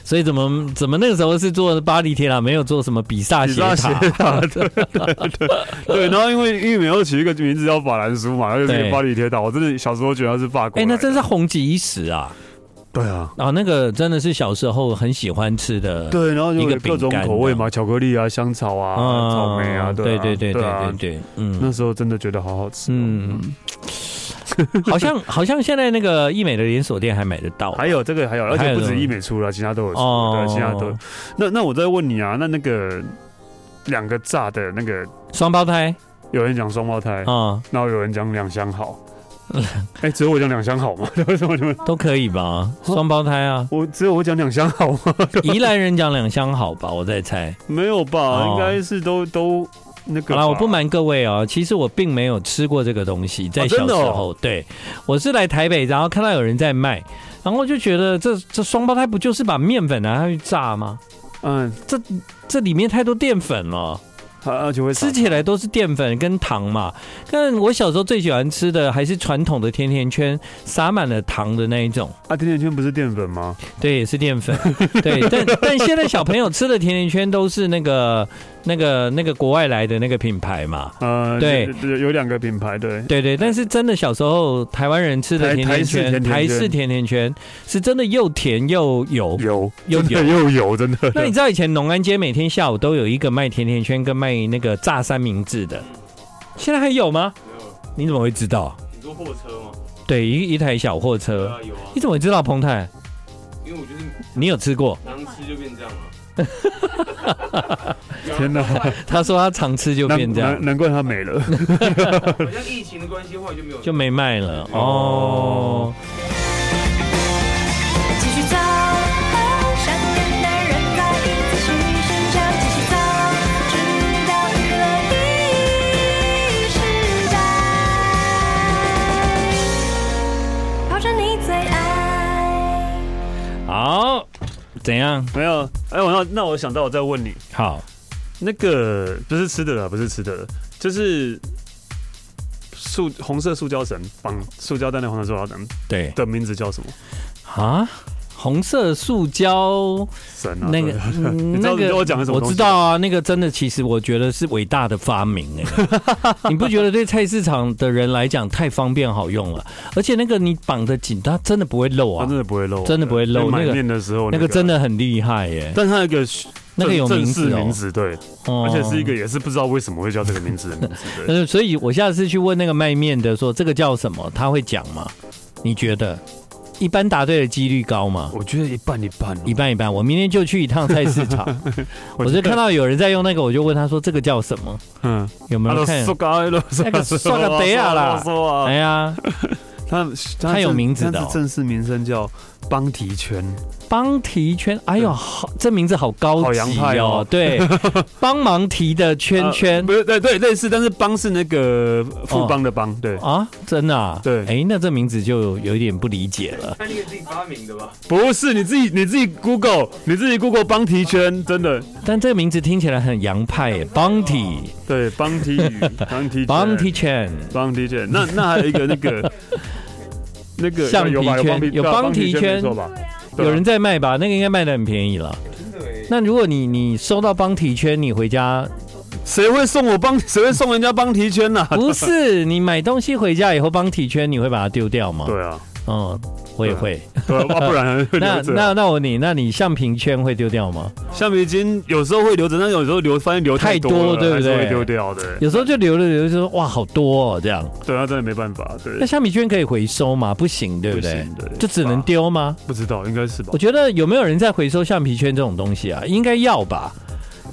Speaker 1: 所以怎么怎么那个时候是做巴黎铁塔，没有做什么比萨
Speaker 2: 比
Speaker 1: 斜塔？
Speaker 2: 萨斜塔，对对 对，然后因为玉美又起一个名字叫法兰苏嘛，就是那
Speaker 1: 对
Speaker 2: 个巴黎铁塔，我真的小时候觉得它是法国
Speaker 1: 哎、
Speaker 2: 来的。
Speaker 1: 那真是红极一时啊！
Speaker 2: 对啊，
Speaker 1: 啊，那个真的是小时候很喜欢吃的，
Speaker 2: 对，然后就
Speaker 1: 一个
Speaker 2: 有
Speaker 1: 饼
Speaker 2: 各种
Speaker 1: 干
Speaker 2: 口味嘛，巧克力啊、香草
Speaker 1: 啊
Speaker 2: 啊、草莓啊，
Speaker 1: 对
Speaker 2: 啊
Speaker 1: 对对对
Speaker 2: 啊
Speaker 1: 对对，嗯
Speaker 2: 那时候真的觉得好好吃哦。
Speaker 1: 嗯， 好像好像现在那个益美的连锁店还买得到，
Speaker 2: 还有这个还有，而
Speaker 1: 哦还有
Speaker 2: 且不
Speaker 1: 什
Speaker 2: 止
Speaker 1: 么
Speaker 2: 医美出了，其他都有出，
Speaker 1: 哦
Speaker 2: 对，其他都有。那那我再问你啊，那那个两个炸的那个，
Speaker 1: 双胞胎
Speaker 2: 有人讲双胞胎，
Speaker 1: 啊、
Speaker 2: 然后有人讲两相好， 哎，只有我讲两相好吗？ 为什么你们？
Speaker 1: 都可以吧？
Speaker 2: 哦
Speaker 1: 双胞胎 啊，
Speaker 2: 我只有我讲两相好吗？
Speaker 1: 宜兰人讲两相好吧，我在猜。
Speaker 2: 没有吧，
Speaker 1: 哦
Speaker 2: 应该是都都那
Speaker 1: 好
Speaker 2: 个吧。
Speaker 1: 啦，我不瞒各位哦，其实我并没有吃过这个东西，在小
Speaker 2: 真
Speaker 1: 时
Speaker 2: 的哦
Speaker 1: 候，对我是来台北，然后看到有人在卖，然后就觉得这这双胞胎不就是把面粉拿下去炸吗？
Speaker 2: 嗯，啊
Speaker 1: 这里面太多淀粉了，
Speaker 2: 它而且会
Speaker 1: 吃起来都是淀粉跟糖嘛。但我小时候最喜欢吃的还是传统的甜甜圈，撒满了糖的那一种，
Speaker 2: 啊，甜甜圈不是淀粉吗？
Speaker 1: 对，也是淀粉。对，但但现在小朋友吃的甜甜圈都是那个那个那个国外来的那个品牌嘛。
Speaker 2: 呃，
Speaker 1: 对
Speaker 2: 有，有有两个品牌，对，
Speaker 1: 对对，但是真的小时候台湾人吃的
Speaker 2: 台
Speaker 1: 甜甜
Speaker 2: 台式
Speaker 1: 圈，
Speaker 2: 甜甜圈
Speaker 1: 台式甜甜圈是真的又甜又油。
Speaker 2: 有
Speaker 1: 有
Speaker 2: 真的又有真的。
Speaker 1: 那你知道以前农安街每天下午都有一个卖甜甜圈跟卖那个炸三明治的，现在还有吗？
Speaker 4: 有
Speaker 1: 你怎么会知道？
Speaker 4: 很多货车嘛，
Speaker 1: 对，一一台小货
Speaker 4: 对
Speaker 1: 车。
Speaker 4: 啊有啊，
Speaker 1: 你怎么会知道彭泰？
Speaker 4: 因为我就是
Speaker 1: 你有吃过？
Speaker 4: 常吃就变这样了。
Speaker 2: 天哪，
Speaker 1: 他说他常吃就
Speaker 2: 难
Speaker 1: 变这样
Speaker 2: 难，难怪它没了。
Speaker 4: 好像疫情的关系，后来就没有
Speaker 1: 就没卖了哦。
Speaker 5: 继续造好善良的人在自己身上继续造，直到娱乐第一时代，跑着你最爱。
Speaker 1: 哦好，怎样？
Speaker 2: 没有，哎，我那那我想到，我再问你，
Speaker 1: 好，
Speaker 2: 那个不是吃的了，不是吃的了，就是塑红色塑胶绳绑塑胶袋那红色塑胶绳
Speaker 1: 对
Speaker 2: 的名字叫什么？
Speaker 1: 啊，红色塑胶
Speaker 2: 神啊！
Speaker 1: 那个
Speaker 2: 对
Speaker 1: 嗯
Speaker 2: 你知
Speaker 1: 那
Speaker 2: 道你知
Speaker 1: 个，
Speaker 2: 道我讲的什么
Speaker 1: 我
Speaker 2: 东西
Speaker 1: 知道啊，那个真的，其实我觉得是伟大的发 明哎、你不觉得对菜市场的人来讲太方便好用了？而且那个你绑得紧，它真的不会漏
Speaker 2: 它
Speaker 1: 啊
Speaker 2: 真，的不会漏，
Speaker 1: 真的不会漏
Speaker 2: 在买
Speaker 1: 那个
Speaker 2: 面的时候，
Speaker 1: 那个真，的很厉害耶、
Speaker 2: 但它有一个
Speaker 1: 那个有
Speaker 2: 正
Speaker 1: 名
Speaker 2: 式
Speaker 1: 字哦
Speaker 2: 名字，对，
Speaker 1: 哦
Speaker 2: 而且是一个也是不知道为什么会叫这个名字的名字， 对，
Speaker 1: 呃，所以我下次去问那个卖面的说这个叫什么，他会讲吗？你觉得一般答对的几率高吗？
Speaker 2: 我觉得一半一半哦，
Speaker 1: 一半一半。我明天就去一趟菜市 场，我就看到有人在用那个，我就问他说这个叫什么？
Speaker 2: 嗯，
Speaker 1: 有没
Speaker 2: 他
Speaker 1: 有
Speaker 2: 都
Speaker 1: 看
Speaker 2: 说？个
Speaker 1: 那个
Speaker 2: 说
Speaker 1: 算个北啊啦
Speaker 2: 说啊
Speaker 1: 哎，呀，
Speaker 2: 他
Speaker 1: 它有名字的哦
Speaker 2: 它正式名称叫邦提圈，
Speaker 1: 帮提圈，哎呦，好，这名字好高
Speaker 2: 好
Speaker 1: 级
Speaker 2: 洋派
Speaker 1: 哦
Speaker 2: 哦。
Speaker 1: 对，帮忙提的圈圈哦
Speaker 2: 呃不是对对类似，但是邦是那个富邦的邦，对，
Speaker 1: 啊，真的啊。
Speaker 2: 对
Speaker 1: 哎，那这名字就有一点不理解了。
Speaker 4: 他那个自己发明的吧？
Speaker 2: 不是你自己你自己 Google 你自己 Google 邦提圈，真的
Speaker 1: 但这个名字听起来很洋派耶，帮提
Speaker 2: 对邦提鱼邦提圈
Speaker 1: 帮提圈。
Speaker 2: 邦提圈，那那还有一个那 个那个
Speaker 1: 橡皮
Speaker 2: 有吧有
Speaker 1: 圈
Speaker 2: 邦提
Speaker 1: 有
Speaker 2: 对啊
Speaker 1: 邦
Speaker 2: 邦
Speaker 1: 提圈
Speaker 2: 没错吧？对啊
Speaker 1: 有人在卖吧？那个应该卖的很便宜了。
Speaker 4: 真的哎，
Speaker 1: 那如果你你收到邦提圈，你回 家
Speaker 2: 谁会送我邦 谁会送人家邦提圈呐？
Speaker 1: 不是你买东西回家以后邦提圈，你会把它丢掉吗？，
Speaker 2: 对啊，
Speaker 1: 嗯，我也会。
Speaker 2: 对啊，啊 不然会
Speaker 1: 那
Speaker 2: 留着
Speaker 1: 那那我问你，那你橡皮圈会丢掉吗？
Speaker 2: 橡皮筋有时候会留着，但有时候留发现留
Speaker 1: 太多
Speaker 2: 多
Speaker 1: 了对不
Speaker 2: 还是
Speaker 1: 对
Speaker 2: 会丢掉的。
Speaker 1: 有时候就留了留着，就说哇好多哦这样。
Speaker 2: 对啊，真的没办法，对
Speaker 1: 那，橡皮圈可以回收吗？不行，对不对
Speaker 2: 行？对，
Speaker 1: 就只能丢吗？
Speaker 2: 不知道，应该是吧
Speaker 1: 我？觉得有没有人在回收橡皮圈这种东西啊？应该要吧。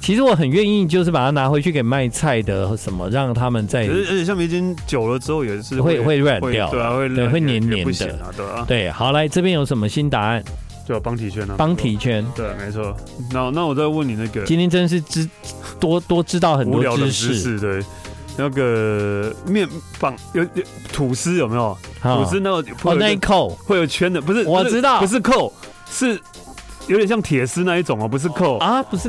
Speaker 1: 其实我很愿意，就是把它拿回去给卖菜的什么，让他们再
Speaker 2: 可是而且橡皮筋久了之后也是
Speaker 1: 哎会会软掉
Speaker 2: 对啊，会
Speaker 1: 对会黏黏的
Speaker 2: 也不行啊，对啊，
Speaker 1: 对。好，来这边有什么新答案？
Speaker 2: 就帮体圈啊，
Speaker 1: 邦体圈。
Speaker 2: 对，没错。那那我再问你那个
Speaker 1: 今天真是知多多知道很
Speaker 2: 无
Speaker 1: 多
Speaker 2: 聊的
Speaker 1: 知
Speaker 2: 知
Speaker 1: 识，
Speaker 2: 识，对。那个面棒有有吐司有没有？
Speaker 1: 好
Speaker 2: 吐司那个
Speaker 1: 哦
Speaker 2: 会
Speaker 1: 那
Speaker 2: 有
Speaker 1: 一
Speaker 2: 一个
Speaker 1: 扣
Speaker 2: 会有圈的，不是？
Speaker 1: 我
Speaker 2: 不是
Speaker 1: 知道
Speaker 2: 不是扣，是有点像铁丝那一种哦，不是扣，
Speaker 1: 啊，不是，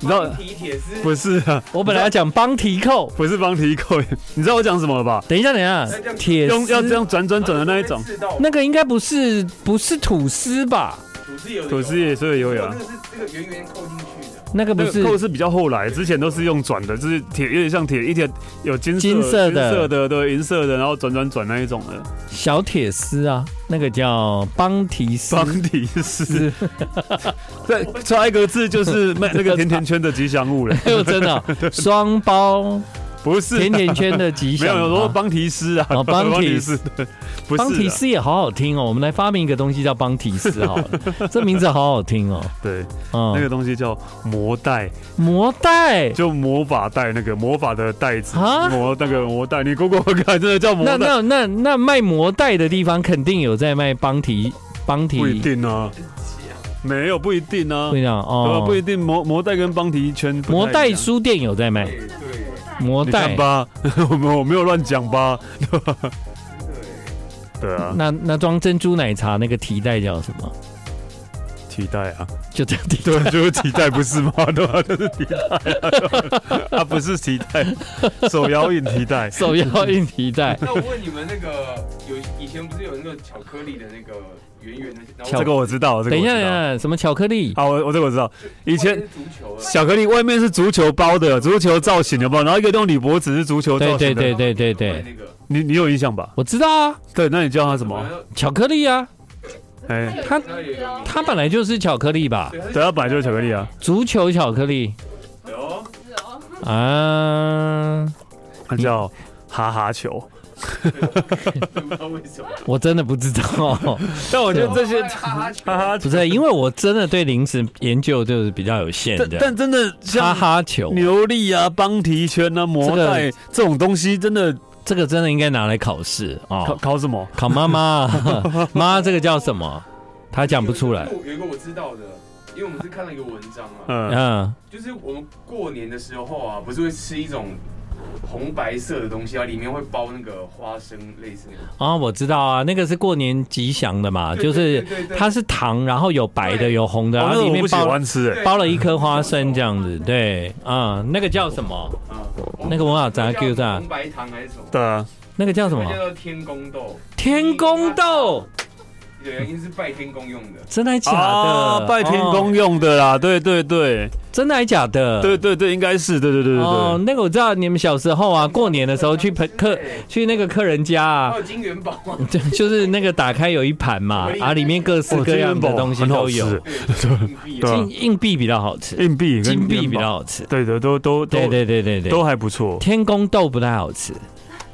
Speaker 2: 你知道
Speaker 4: 钢？皮铁丝，
Speaker 2: 不是啊，
Speaker 1: 我本来要讲邦提扣，
Speaker 2: 不是帮提扣，你知道我讲什么了吧？
Speaker 1: 等一下，等一下，铁
Speaker 2: 用要这
Speaker 1: 丝
Speaker 2: 样转转
Speaker 4: 然后
Speaker 2: 转的那一种
Speaker 4: 就会，刺到
Speaker 1: 那个应该不是不是吐司吧？
Speaker 4: 吐司有的有啊
Speaker 2: 吐司也是有有
Speaker 4: 我
Speaker 2: 啊
Speaker 4: 那。个是这个圆圆扣进去的，
Speaker 1: 那个不
Speaker 2: 那
Speaker 1: 是
Speaker 2: 个扣是比较后来，之前都是用转的，就是铁有点像铁一铁有金色
Speaker 1: 金色的
Speaker 2: 金色的对银色的，然后转转转那一种的。
Speaker 1: 小铁丝啊，那个叫邦提丝。
Speaker 2: 方体是， 对，差一个字就是卖那个甜甜圈的吉祥物了，
Speaker 1: 哎呦，真的 哦、双包
Speaker 2: 不是啊
Speaker 1: 甜甜圈的吉
Speaker 2: 没
Speaker 1: 祥
Speaker 2: 有，
Speaker 1: 吗。
Speaker 2: 有说邦提斯啊，
Speaker 1: 哦邦提斯
Speaker 2: 斯，对，不
Speaker 1: 邦提
Speaker 2: 是啊，
Speaker 1: 斯也好好听哦，我们来发明一个东西叫邦提斯好了，这名字好好听哦。
Speaker 2: 对，
Speaker 1: 嗯，
Speaker 2: 那个东西叫魔带，
Speaker 1: 魔带，
Speaker 2: 就魔法带那个魔法的袋子，
Speaker 1: 啊
Speaker 2: 魔那个魔带，你 Google 看，真的叫魔
Speaker 1: 那
Speaker 2: 带，
Speaker 1: 那那那卖魔带的地方肯定有在卖邦提邦提，
Speaker 2: 不一定啊，
Speaker 4: 是啊
Speaker 2: 没有不一定啊
Speaker 1: 不一，定
Speaker 2: 对啊
Speaker 1: 哦，
Speaker 2: 不一定，魔魔带跟邦提圈不太一样
Speaker 1: 魔带书店有在卖
Speaker 4: 对对
Speaker 1: 魔
Speaker 2: 你
Speaker 1: 带
Speaker 2: 看，吧， 我没有我没有乱讲吧，
Speaker 4: 对，，
Speaker 2: 对啊，
Speaker 1: 那那装珍珠奶茶那个提袋叫什么？
Speaker 2: 提袋啊，
Speaker 1: 就这样提
Speaker 2: 对，就是提袋不是吗？对吧、就是提袋啊，对吧啊不是提袋，手摇饮提袋，
Speaker 1: 手摇印提袋
Speaker 4: 那我问你们，那个有以前不是有那个巧克力的那个圆圆的，然后
Speaker 2: 这个我知道，这个
Speaker 1: 等
Speaker 2: 啊我
Speaker 1: 一
Speaker 2: 知
Speaker 1: 下，等一
Speaker 2: 道。
Speaker 1: 下，什么巧克力？
Speaker 2: 好，我我这个我知道，以前
Speaker 4: 外面是足球啊，
Speaker 2: 巧克力外面是足球包的，足球造型的包，然后一个用铝箔纸是足球造型的，
Speaker 1: 对对对对
Speaker 4: 外面
Speaker 1: 对，
Speaker 4: 那个
Speaker 2: 你你有印象吧？
Speaker 1: 我知道啊，
Speaker 2: 对，那你叫它什
Speaker 4: 什
Speaker 2: 么？
Speaker 4: 么？
Speaker 1: 巧克力啊，
Speaker 2: 哎，
Speaker 1: 它
Speaker 4: 它也有名
Speaker 1: 它本来就是巧克力吧？
Speaker 4: 对，它
Speaker 2: 对，它本来就是巧克力啊，
Speaker 1: 足球巧克力
Speaker 4: 是哦，
Speaker 1: 啊，
Speaker 2: 它
Speaker 1: 嗯
Speaker 2: 叫哈哈球。
Speaker 4: 不知道为什么，
Speaker 1: 我真的不知道。
Speaker 2: 但我觉得这些
Speaker 4: 哈哈球
Speaker 2: 哈哈
Speaker 1: 不
Speaker 2: 球，
Speaker 1: 是，因为我真的对零食研究就是比较有限
Speaker 2: 但
Speaker 1: 的。
Speaker 2: 但真的
Speaker 1: 哈
Speaker 2: 像
Speaker 1: 哈球，
Speaker 2: 牛力啊、邦提圈啊、
Speaker 1: 这
Speaker 2: 魔
Speaker 1: 个
Speaker 2: 带这种东西，真的
Speaker 1: 这个真的应该拿来考试
Speaker 2: 考
Speaker 1: 哦，
Speaker 2: 考什么？
Speaker 1: 考妈 妈，妈这个叫什么？他讲不出来。
Speaker 4: 有一个有一个我知道的，因为我们是看了一个文章啊，
Speaker 2: 嗯，
Speaker 1: 嗯，
Speaker 4: 就是我们过年的时候啊，不是会吃一种红白色的东西啊，里面会包那个花生，类似那个。
Speaker 1: 啊，我知道啊，那个是过年吉祥的嘛，
Speaker 4: 对
Speaker 1: 就是
Speaker 4: 对对对对
Speaker 1: 它是糖，然后有白的，
Speaker 4: 对
Speaker 1: 有红的，
Speaker 2: 哦
Speaker 1: 然
Speaker 2: 那个
Speaker 1: 后里
Speaker 2: 我
Speaker 1: 面
Speaker 2: 不喜
Speaker 1: 包
Speaker 2: 欢吃哎，
Speaker 4: 对
Speaker 1: 包了一颗花生这样子。对，啊，那个叫什么？
Speaker 4: 啊，
Speaker 1: 那个文化杂
Speaker 4: 叫
Speaker 1: 叫啥
Speaker 4: 红白糖还是什么？
Speaker 2: 对啊，
Speaker 1: 那个叫什么
Speaker 4: 那？叫做天宫豆。
Speaker 1: 天宫豆。
Speaker 4: 有原因是拜天公用的，
Speaker 1: 真的还假的？
Speaker 2: 啊拜天公
Speaker 1: 哦
Speaker 2: 用的啦，对对对，
Speaker 1: 真的还假的？
Speaker 2: 对对对，应该是，对对对对
Speaker 1: 哦
Speaker 2: 对，，
Speaker 1: 那个我知道，你们小时候啊，过年的时候去朋客去那个客人家啊 嗯
Speaker 4: 还，有金元宝啊，
Speaker 1: 对，就是那个打开有一盘嘛，啊，里面各式
Speaker 2: 哦
Speaker 1: 各样的东西
Speaker 2: 金元宝
Speaker 1: 都有
Speaker 2: 很好。
Speaker 4: 对， 硬币啊
Speaker 2: 对啊
Speaker 1: 硬硬币比较好吃，
Speaker 2: 硬币跟
Speaker 1: 金币
Speaker 2: 元
Speaker 1: 比
Speaker 2: 宝
Speaker 1: 较，好吃。
Speaker 2: 对的，都都
Speaker 1: 对
Speaker 2: 都
Speaker 1: 对对对对，
Speaker 2: 都还不错，
Speaker 1: 天宫豆不太好吃，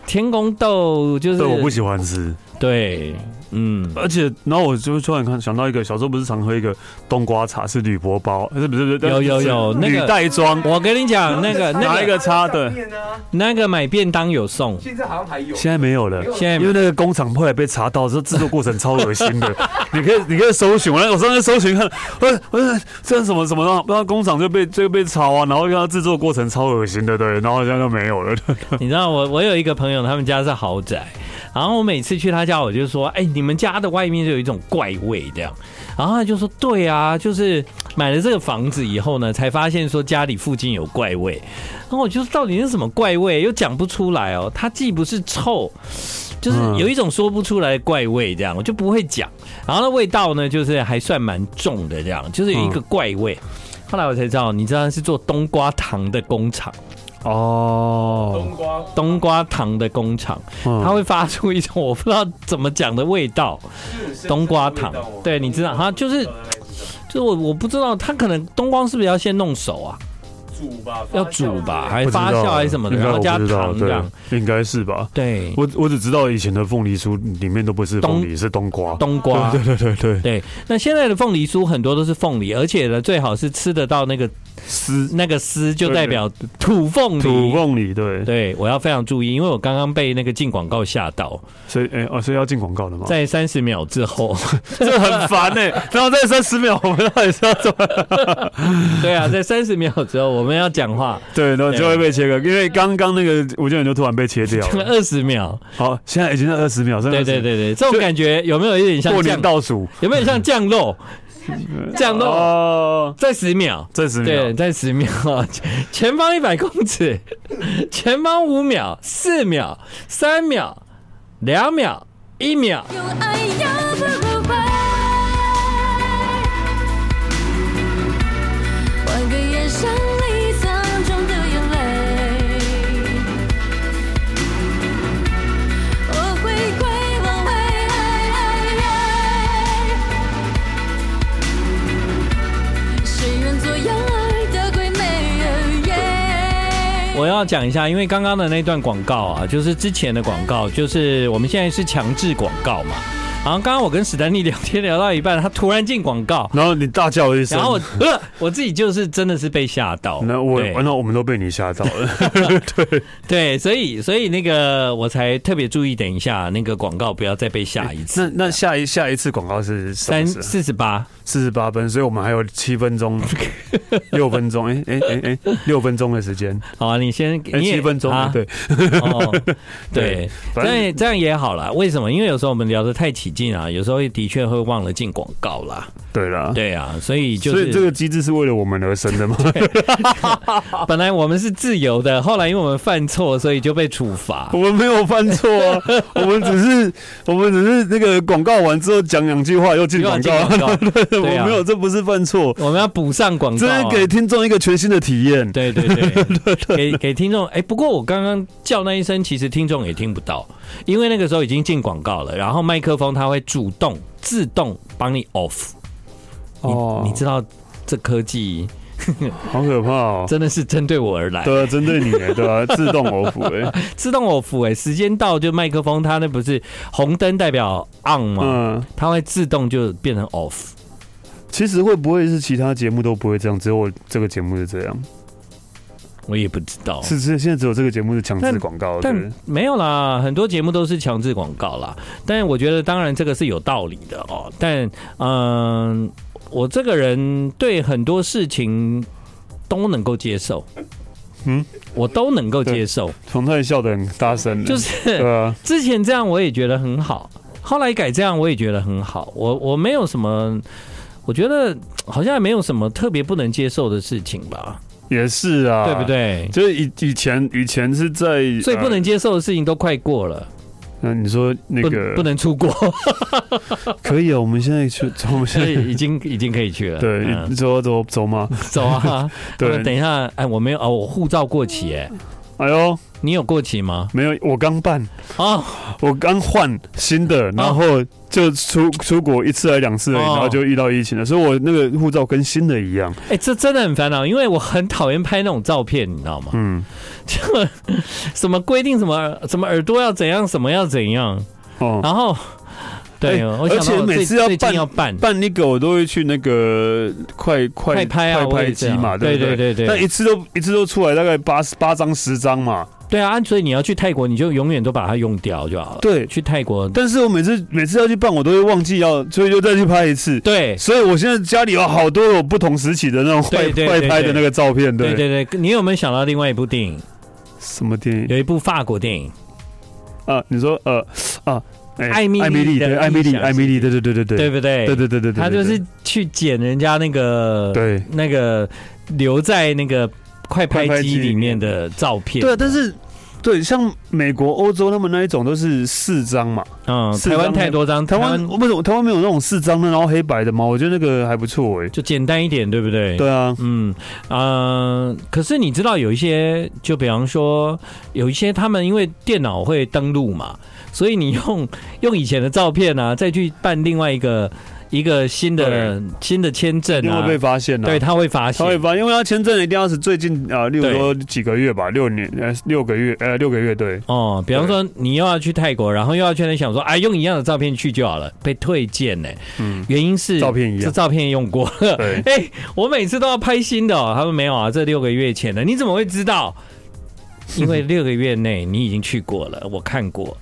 Speaker 1: 天宫豆就是
Speaker 2: 但我不喜欢吃。
Speaker 1: 对，嗯，
Speaker 2: 而且，然后我就突然看想到一个，小时候不是常喝一个冬瓜茶，是铝箔包，呃不是不是不是，
Speaker 1: 有有有
Speaker 2: 是
Speaker 1: 那个
Speaker 2: 铝袋装，
Speaker 1: 我跟你讲，那个
Speaker 2: 拿
Speaker 1: 那
Speaker 2: 一
Speaker 1: 个
Speaker 2: 个叉的
Speaker 4: 上面啊
Speaker 1: 那个买便当有送，
Speaker 4: 现在好像还有，
Speaker 2: 现在没有了。
Speaker 1: 现
Speaker 2: 因为
Speaker 1: 在
Speaker 2: 那个工厂后来被查到，这制作过程超恶心的。 你可以，你可以搜寻。我那我上次搜寻看，我我这是什么什么的，不知道工厂就被就被抄啊，然后看到制作过程超恶心的，对，然后好像就没 有了。
Speaker 1: 你知道我我有一个朋友，他们家是豪宅，然后我每次去他家，我就说，哎、你们家的外面就有一种怪味这样，然后他就说，对啊，就是买了这个房子以后呢，才发现说家里附近有怪味，然后我就说到底是什么怪味，又讲不出来哦，它既不是臭。就是
Speaker 2: 嗯
Speaker 1: 有一种说不出来的怪味，这样我就不会讲。然后那味道呢，就是还算蛮重的，这样就是有一个怪味。后来我才知道，你知道是做冬瓜糖的工厂，
Speaker 2: 哦，
Speaker 4: 冬瓜
Speaker 1: 冬瓜糖的工厂，它
Speaker 2: 嗯
Speaker 1: 会发出一种我不知道怎么讲的味道，冬瓜糖对你知道哈就是就我我不知道，它可能冬瓜是不是要先弄熟啊，
Speaker 4: 煮吧，
Speaker 1: 要煮吧，还
Speaker 2: 不
Speaker 1: 是
Speaker 2: 知道啊
Speaker 1: 发酵还是什么的，
Speaker 2: 应该
Speaker 1: 然后加
Speaker 2: 我不知道
Speaker 1: 糖这样，
Speaker 2: 对，应该是吧。
Speaker 1: 对，
Speaker 2: 我我只知道以前的凤梨酥里面都不是凤梨，是冬瓜。
Speaker 1: 冬瓜。
Speaker 2: 对对对，
Speaker 1: 对，那现在的凤梨酥很多都是凤梨，而且呢，最好是吃得到那个
Speaker 2: 丝
Speaker 1: 那个丝，就代表土凤梨。
Speaker 2: 土凤梨，对，
Speaker 1: 对，我要非常注意，因为我刚刚被那个进广告吓到，
Speaker 2: 所以哎哦，所以要进广告的吗？
Speaker 1: 在三十秒之后，
Speaker 2: 这很烦 哎，然后在三十秒，我们到底是要怎么？
Speaker 1: 对啊，在三十秒之后我们要讲话，
Speaker 2: 对，然后就会被切割，因为刚刚那个吴建远就突然被切掉了。
Speaker 1: 二十秒，
Speaker 2: 好，现在已经在二十秒，真的
Speaker 1: 对对对对，这种感觉有没有一点像
Speaker 2: 过
Speaker 1: 降
Speaker 2: 年倒数
Speaker 1: 有没有像降 落？降落
Speaker 2: 哦，
Speaker 1: 在十秒，
Speaker 2: 这十
Speaker 1: 对，
Speaker 2: 秒，
Speaker 1: 在十秒， 前方一百公尺，前方五秒、四秒、三秒、两秒、一秒，
Speaker 5: 用爱要不回，换个眼神里藏中的眼泪，我会归往回，谁愿做养儿的鬼魅？
Speaker 1: 我要讲一下，因为刚刚的那段广告啊，就是之前的广告，就是我们现在是强制广告嘛。然后刚刚我跟史丹利聊天聊到一半，他突然进广告，
Speaker 2: 然后你大叫了一声，
Speaker 1: 然后我呃我自己就是真的是被吓到，
Speaker 2: 那我
Speaker 1: 对
Speaker 2: 那我们都被你吓到了，
Speaker 1: 对，所以所以那个我才特别注意，等一下那个广告不要再被吓一次。
Speaker 2: 那那下一下一次广告是 什么啊
Speaker 1: 三
Speaker 2: 时候
Speaker 1: 四十八，
Speaker 2: 四十八分，所以我们还有七分 钟、六分钟，哎哎哎哎，六分钟的时间，
Speaker 1: 好啊，你先，
Speaker 2: 哎，
Speaker 1: 你也
Speaker 2: 七分钟，
Speaker 1: 啊，
Speaker 2: 对，
Speaker 1: 哦，对，
Speaker 2: 反正
Speaker 1: 这样这样也好啦。为什么？因为有时候我们聊得太起劲啊，有时候的确会忘了进广告啦。
Speaker 2: 对啦，
Speaker 1: 对啊，所以就
Speaker 2: 所以
Speaker 1: 是
Speaker 2: 这个机制是为了我们而生的吗？
Speaker 1: 本来我们是自由的，后来因为我们犯错，所以就被处罚
Speaker 2: 我。们没有犯错 啊，我们只是我们只是那个广告完之后讲两句话又进广告，
Speaker 1: 又要进 广告
Speaker 2: 对
Speaker 1: 对啊
Speaker 2: 我没有，这不是犯错，
Speaker 1: 我们要补上广告
Speaker 2: 这
Speaker 1: 啊、
Speaker 2: 是给听众一个全新的体验。
Speaker 1: 对对对， 给给听众哎、不过我刚刚叫那一声，其实听众也听不到，因为那个时候已经进广告了，然后麦克风它会主动自动帮你 off 你。哦
Speaker 2: 哦
Speaker 1: 你知道这科技
Speaker 2: 好可怕哦！
Speaker 1: 真的是针对我而来，
Speaker 2: 对啊，针对你耶，对啊，自动偶服 哎，
Speaker 1: 自动 off 哎、时间到就麦克风它那不是红灯代表 on 吗？
Speaker 2: 嗯，
Speaker 1: 它会自动就变成 off。
Speaker 2: 其实会不会是其他节目都不会这样，只有我这个节目是这样？
Speaker 1: 我也不知道，
Speaker 2: 是是，现在只有这个节目是强制
Speaker 1: 哦但
Speaker 2: 广告，对不对
Speaker 1: 但没有啦，很多节目都是强制广告啦。但我觉得，当然这个是有道理的哦。但嗯、我这个人对很多事情都能够接受，
Speaker 2: 嗯，
Speaker 1: 我都能够接受。
Speaker 2: 冯太笑得很大声了，
Speaker 1: 就是
Speaker 2: 对啊，
Speaker 1: 之前这样我也觉得很好，后来改这样我也觉得很好。我我没有什么，我觉得好像也没有什么特别不能接受的事情吧，
Speaker 2: 也是啊，
Speaker 1: 对不？对？
Speaker 2: 就是以以前以前是在
Speaker 1: 最不
Speaker 2: 呃
Speaker 1: 能接受的事情都快过了。
Speaker 2: 那你说那
Speaker 1: 不
Speaker 2: 个
Speaker 1: 不能出国，
Speaker 2: 可以啊？我们现在去， 我们
Speaker 1: 所
Speaker 2: 现在
Speaker 1: 以已经已经可以去了。
Speaker 2: 对
Speaker 1: 嗯，
Speaker 2: 走啊走啊 走嘛。
Speaker 1: 走啊！
Speaker 2: 对
Speaker 1: 他们等一下，哎，我没有哦，我护照过期哎，
Speaker 2: 哎呦，
Speaker 1: 你有过期吗？
Speaker 2: 没有，我刚办，
Speaker 1: 哦，
Speaker 2: 我刚换新的，然后就出出国一次还两次而已，
Speaker 1: 哦
Speaker 2: 然后就遇到疫情了，所以我那个护照跟新的一样。
Speaker 1: 哎，这真的很烦恼，因为我很讨厌拍那种照片，你知道吗？
Speaker 2: 嗯，
Speaker 1: 就什么规定，什么什么耳朵要怎样，什么要怎样，
Speaker 2: 哦，
Speaker 1: 然后对，
Speaker 2: 哎
Speaker 1: 我想
Speaker 2: 而且
Speaker 1: 到我
Speaker 2: 每
Speaker 1: 最
Speaker 2: 次要
Speaker 1: 最近
Speaker 2: 办
Speaker 1: 要办，
Speaker 2: 办那个我都会去那个快快
Speaker 1: 快拍啊我
Speaker 2: 快
Speaker 1: 也
Speaker 2: 拍
Speaker 1: 这
Speaker 2: 机
Speaker 1: 样
Speaker 2: 嘛，不
Speaker 1: 对对对对
Speaker 2: 那一次都一次都出来大概八八张十张嘛。
Speaker 1: 对啊，所以你要去泰国，你就永远都把它用掉就好了。
Speaker 2: 对
Speaker 1: 去泰国，
Speaker 2: 但是我每次每次要去办，我都会忘记要，所以就再去拍一次。
Speaker 1: 对
Speaker 2: 所以我现在家里有好多有不同时期的那种
Speaker 1: 对
Speaker 2: 快
Speaker 1: 对
Speaker 2: 快
Speaker 1: 对
Speaker 2: 拍
Speaker 1: 对
Speaker 2: 的那个照片，
Speaker 1: 对对对，你有没有想到另外一部电影？
Speaker 2: 什么电影
Speaker 1: 有一部法国电影，
Speaker 2: 啊？你说呃啊，哎
Speaker 1: 艾米丽
Speaker 2: 艾米丽
Speaker 1: 的
Speaker 2: 对艾米
Speaker 1: 异
Speaker 2: 丽
Speaker 1: 想
Speaker 2: 艾米丽对对对对对
Speaker 1: 对不对？
Speaker 2: 对对对对对，
Speaker 1: 他
Speaker 2: 对
Speaker 1: 就是去捡人家那个
Speaker 2: 对
Speaker 1: 那个留在那个快拍机里面的照片。
Speaker 2: 对，但是对像美国、欧洲他们那一种都是四张嘛，
Speaker 1: 嗯，
Speaker 2: 是
Speaker 1: 台湾太多张，
Speaker 2: 台湾为什么台湾没有那种四张的，然后黑白的吗？我觉得那个还不错哎。
Speaker 1: 就简单一点，对不对？。
Speaker 2: 对啊，
Speaker 1: 嗯，呃，可是你知道有一些，就比方说有一些他们因为电脑会登录嘛，所以你用 用以前的照片啊，再去办另外一个一个新的新的签证
Speaker 2: 一定
Speaker 1: 啊
Speaker 2: 会，被发现的、
Speaker 1: 对，他会发
Speaker 2: 他会
Speaker 1: 现。
Speaker 2: 发，因为他签证一定要是最近啊，例如说几个月吧，六年呃六个月呃六个月对，
Speaker 1: 哦，比方说你又要去泰国，然后又要去那里想说，哎，用一样的照片去就好了，被退件呢、
Speaker 2: 嗯，
Speaker 1: 原因是
Speaker 2: 照片一样
Speaker 1: 这照片用过了。
Speaker 2: 对
Speaker 1: 哎、我每次都要拍新的、哦，他们没有啊，这六个月前的，你怎么会知道？因为六个月内你已经去过 了，我看过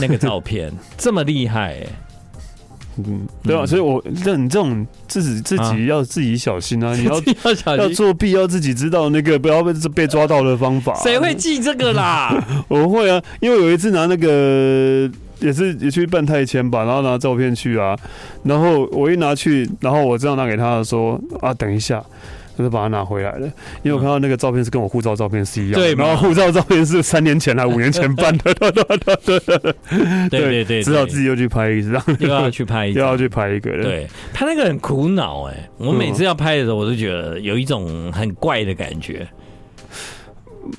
Speaker 1: 那个照片，这么厉害、哎
Speaker 2: 嗯，对啊，
Speaker 1: 嗯
Speaker 2: 所以我这你这种自己自
Speaker 1: 啊
Speaker 2: 己要 自己小心啊，你要
Speaker 1: 要小
Speaker 2: 要
Speaker 1: 心，
Speaker 2: 作弊，要自己知道那个不要被被抓到的方法。
Speaker 1: 谁会？记这个啦？
Speaker 2: 我会啊，因为有一次拿那个也是也去办泰签吧，然后拿照片去啊，然后我一拿去，然后我这样拿给他说啊，等一下。我就把它拿回来了，因为我看到那个照片是跟我护照照片是一样的，
Speaker 1: 对嘛
Speaker 2: 然后护照照片是三年前还五年前办的，对对对对对对
Speaker 1: 对对对，
Speaker 2: 只好自
Speaker 1: 己
Speaker 2: 己又去拍一次，然后
Speaker 1: 又要去拍一
Speaker 2: 又
Speaker 1: 张
Speaker 2: 要。去拍一个了，
Speaker 1: 对他那个很苦恼哎、我每次要拍的时候，我都觉得有一种很怪的感觉。
Speaker 2: 嗯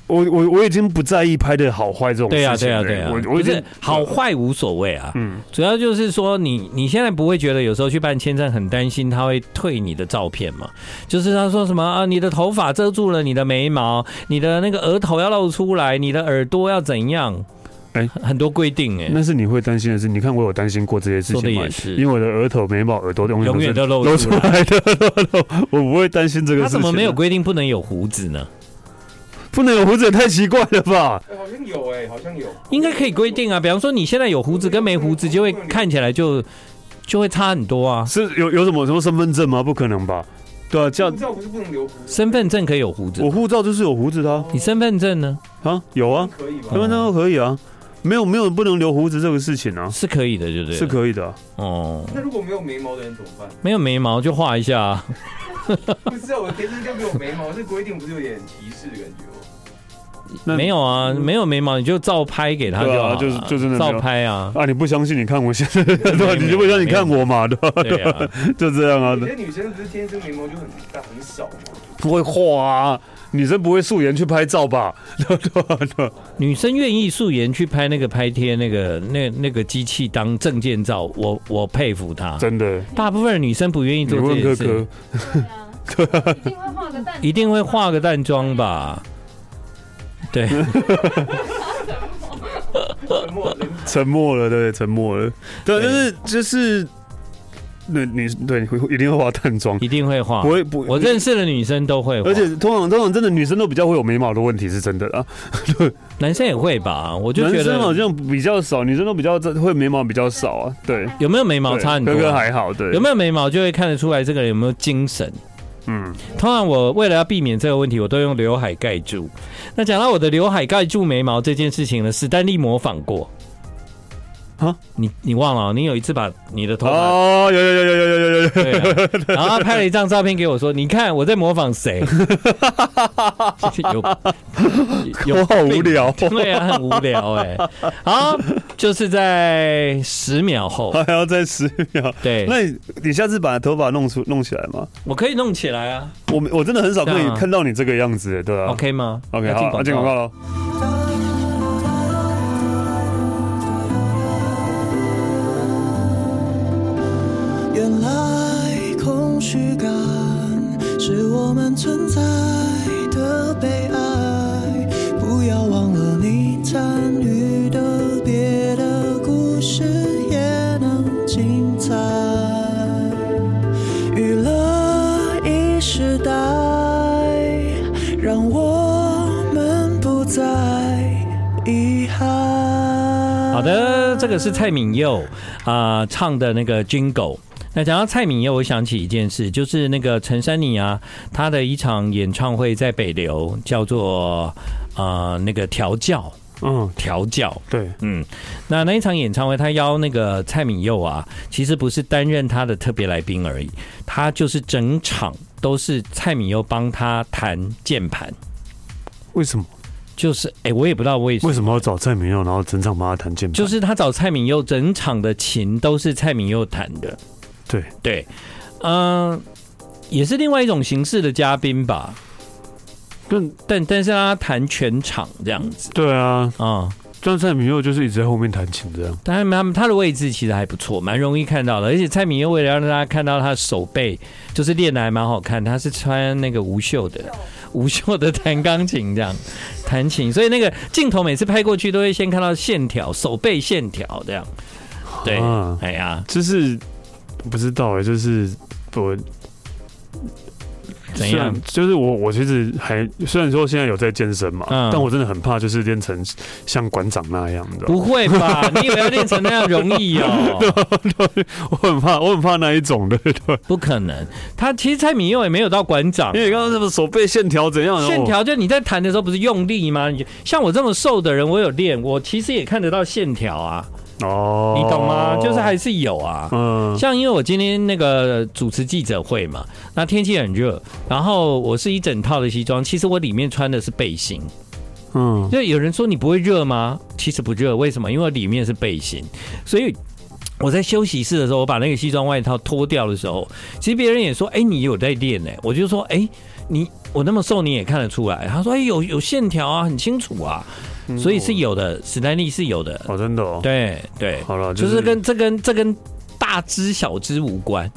Speaker 2: 我我我已经不在意拍的好坏这种事
Speaker 1: 对
Speaker 2: 情
Speaker 1: 呀、
Speaker 2: 了，
Speaker 1: 对呀、啊对呀、
Speaker 2: 我我
Speaker 1: 不
Speaker 2: 已经
Speaker 1: 是好坏无所谓啊，
Speaker 2: 嗯
Speaker 1: 主要就是说你你现在不会觉得有时候去办签证很担心他会退你的照片嘛？就是他说什么啊，你的头发遮住了你的眉毛，你的那个额头要露出来，你的耳朵要怎样？
Speaker 2: 哎
Speaker 1: 很很多规定哎、
Speaker 2: 那是你会担心的事。你看我有担心过这些事
Speaker 1: 说得
Speaker 2: 情吗
Speaker 1: 也？是
Speaker 2: 因为我的额头、眉毛、耳朵永
Speaker 1: 永远
Speaker 2: 远
Speaker 1: 都
Speaker 2: 都
Speaker 1: 露
Speaker 2: 是露
Speaker 1: 出
Speaker 2: 出来的， 我不会担心这个
Speaker 1: 他
Speaker 2: 事情。
Speaker 1: 怎
Speaker 2: 啊
Speaker 1: 么没有？规定不能有胡子呢？
Speaker 2: 不能有胡子也太奇怪了吧？
Speaker 4: 哎好像有哎，好像有，
Speaker 1: 应该可以规定啊，比方说你现在有胡子跟没胡子，就会看起来就就会差很多啊。
Speaker 2: 是有有什么什么身份证吗？不可能吧？对啊，
Speaker 4: 护
Speaker 2: 叫
Speaker 4: 照不是不能留胡子，
Speaker 1: 身份证可以有胡子
Speaker 2: 我，护照就是有胡子的啊，
Speaker 1: 你身份证呢
Speaker 2: 啊有啊，
Speaker 4: 可以吧
Speaker 2: 身？份证都可以啊，没有没有不能留胡子这个事情啊，
Speaker 1: 是可以的，对不对？
Speaker 2: 是可以的啊。
Speaker 1: 哦，
Speaker 4: 那如果没有眉毛的人怎么办？
Speaker 1: 没有眉毛就画一下啊。
Speaker 4: 不知道我天生就没有眉毛，这规定不是有点歧视的感觉吗？
Speaker 2: 那
Speaker 1: 没有啊，没有眉毛你就照拍给他就好了、
Speaker 2: 对啊就是就真的没
Speaker 1: 照
Speaker 2: 有。
Speaker 1: 拍啊
Speaker 2: 啊！你不相信？你看我现在，对吧？
Speaker 1: 没有
Speaker 2: 你就不相信？你看
Speaker 1: 没有
Speaker 2: 我嘛，对吧？
Speaker 1: 对啊，
Speaker 2: 就这样啊
Speaker 4: 有。些女生不是天生眉毛就很大很少吗？
Speaker 2: 不会画啊，女生不会素颜去拍照吧？ 对吧对吧
Speaker 1: 女生愿意素颜去拍那个拍贴那个那那个机器当证件照，我我佩服她。
Speaker 2: 真的，
Speaker 1: 大部分的女生不愿意
Speaker 2: 你
Speaker 1: 做这
Speaker 2: 问
Speaker 1: 件
Speaker 2: 哥
Speaker 1: 事，
Speaker 2: 哥，
Speaker 6: 一定会画个蛋，
Speaker 1: 一定会化个淡妆吧？对，
Speaker 4: 沉默人
Speaker 2: 沉默了，对，沉默了，对，啊就是就是，那你对你会一定会化淡妆，
Speaker 1: 一定会化
Speaker 2: 不。会不，
Speaker 1: 我认识的女生都会化，
Speaker 2: 而且通常通常真的女生都比较会有眉毛的问题是真的啊，
Speaker 1: 男生也会吧？我就
Speaker 2: 男
Speaker 1: 觉
Speaker 2: 生好
Speaker 1: 得
Speaker 2: 像比较少，女生都比较会眉毛比较少啊，对，
Speaker 1: 有没有眉毛
Speaker 2: 对
Speaker 1: 差很多
Speaker 2: 哥
Speaker 1: 啊、
Speaker 2: 哥还好，对，
Speaker 1: 有没有眉毛就会看得出来这个人有没有精神。
Speaker 2: 嗯，
Speaker 1: 通常我为了要避免这个问题，我都用刘海盖住。那讲到我的刘海盖住眉毛这件事情呢，史丹利模仿过。
Speaker 2: 啊，
Speaker 1: 你你忘了哦？你有一次把你的头发
Speaker 2: 哦，有有有有有有有对对，
Speaker 1: 对啊，然后他拍了一张照片给我说：“你看我在模仿谁？” 有
Speaker 2: 我好无
Speaker 1: 病
Speaker 2: 聊哦
Speaker 1: 对啊，很无聊哎、好，就是在十秒后，
Speaker 2: 还要再十秒。
Speaker 1: 对
Speaker 2: 那你你下次把头发弄出弄起来吗？
Speaker 1: 我可以弄起来啊
Speaker 2: 我们我真的很少看
Speaker 1: 这
Speaker 2: 你
Speaker 1: 样啊
Speaker 2: 看到你这个样子，对啊。
Speaker 1: ，OK 吗
Speaker 2: OK，
Speaker 1: 要
Speaker 2: 好，那进广告了。
Speaker 3: 原来空虚感是我们存在的悲哀。不要忘了你参与的别的故事也能精彩。娱乐一时代，让我们不再遗憾。
Speaker 1: 好的，这个是蔡敏佑啊、唱的那个《Jingle》。那讲到蔡敏佑，我想起一件事，就是那个陈珊妮啊，她的一场演唱会在北流，叫做啊那个调教
Speaker 2: 嗯，
Speaker 1: 调教。
Speaker 2: 对，
Speaker 1: 嗯，那那一场演唱会，他邀那个蔡敏佑啊，其实不是担任他的特别来宾而已，他就是整场都是蔡敏佑帮他弹键盘，
Speaker 2: 为什么
Speaker 1: 就是哎、我也不知道为什么。
Speaker 2: 为什么要找蔡明佑，然后整场把他弹键盘？
Speaker 1: 就是他找蔡敏佑，整场的琴都是蔡敏佑弹的。
Speaker 2: 对
Speaker 1: 对，嗯、也是另外一种形式的嘉宾吧。但但但是他弹全场这样子
Speaker 2: 对啊，
Speaker 1: 啊、
Speaker 2: 但蔡明佑就是一直在后面弹琴这样。
Speaker 1: 但他们他们他的位置其实还不错，蛮容易看到的。而且蔡敏佑为了让大家看到他的手背，就是练的还蛮好看。他是穿那个无袖的，无袖的弹钢琴这样弹琴，所以那个镜头每次拍过去都会先看到线条，手背线条这样。对，
Speaker 2: 啊
Speaker 1: 哎呀，
Speaker 2: 就是不知道哎、就是我
Speaker 1: 怎
Speaker 2: 虽然
Speaker 1: 样？
Speaker 2: 就是我我其实还虽然说现在有在健身嘛，
Speaker 1: 嗯
Speaker 2: 但我真的很怕就是练成像馆长那样的，
Speaker 1: 不会吧？你以为要练成那样容易哦？
Speaker 2: 我很怕我很怕那一种的，对。
Speaker 1: 不可能。他其实蔡敏佑也没有到馆长
Speaker 2: 因，为你刚刚什么手背线条怎样？然后
Speaker 1: 线条就你在弹的时候不是用力吗？你就像我这么瘦的人，我有练，我其实也看得到线条啊，
Speaker 2: 哦，
Speaker 1: 你懂吗？就是还是有啊。
Speaker 2: 嗯
Speaker 1: 像因为我今天那个主持记者会嘛，那天气很热，然后我是一整套的西装，其实我里面穿的是背心。
Speaker 2: 嗯
Speaker 1: 就有人说你不会热吗？其实不热，为什么？因为里面是背心，所以。我在休息室的时候，我把那个西装外套脱掉的时候，其实别人也说：“哎、你有在练呢、我就说：“哎、你我那么瘦，你也看得出来。”他说：“哎、有有线条啊，很清楚啊，所以是有的，史丹利是有的。
Speaker 2: 哦，真的哦，
Speaker 1: 对对，
Speaker 2: 好了，
Speaker 1: 就
Speaker 2: 就是是
Speaker 1: 跟这跟这跟大只小只无关。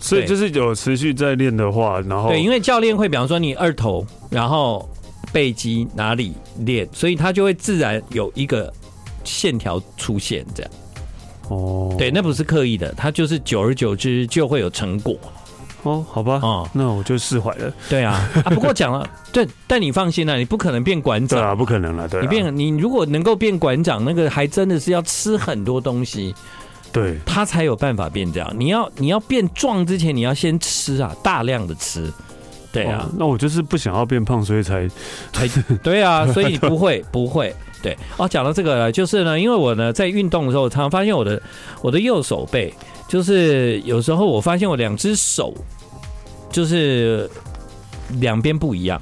Speaker 2: 所以就是有持续在练的话，然后
Speaker 1: 对，因为教练会，比方说你二头，然后背肌哪里练，所以它就会自然有一个线条出现，这样。
Speaker 2: 哦
Speaker 1: 对，那不是刻意的，它就是久而久之就会有成果。
Speaker 2: 哦好吧，
Speaker 1: 哦
Speaker 2: 那我就释怀了。
Speaker 1: 对啊，啊不过讲了， 对，但你放心啊啦、你不可能变馆
Speaker 2: 对
Speaker 1: 长。
Speaker 2: 啊，不可能了，对啊，
Speaker 1: 你变，你如果能够变馆长，那个还真的是要吃很多东西，
Speaker 2: 对
Speaker 1: 他才有办法变这样。你要你要变壮之前，你要先吃啊，大量的吃。对啊，
Speaker 2: 哦那我就是不想要变胖，所以才
Speaker 1: 对啊，所以不会不会。对哦，讲到这个了，就是呢，因为我呢在运动的时候，常常发现我的我的右手背，就是有时候我发现我两只手就是两边不一样，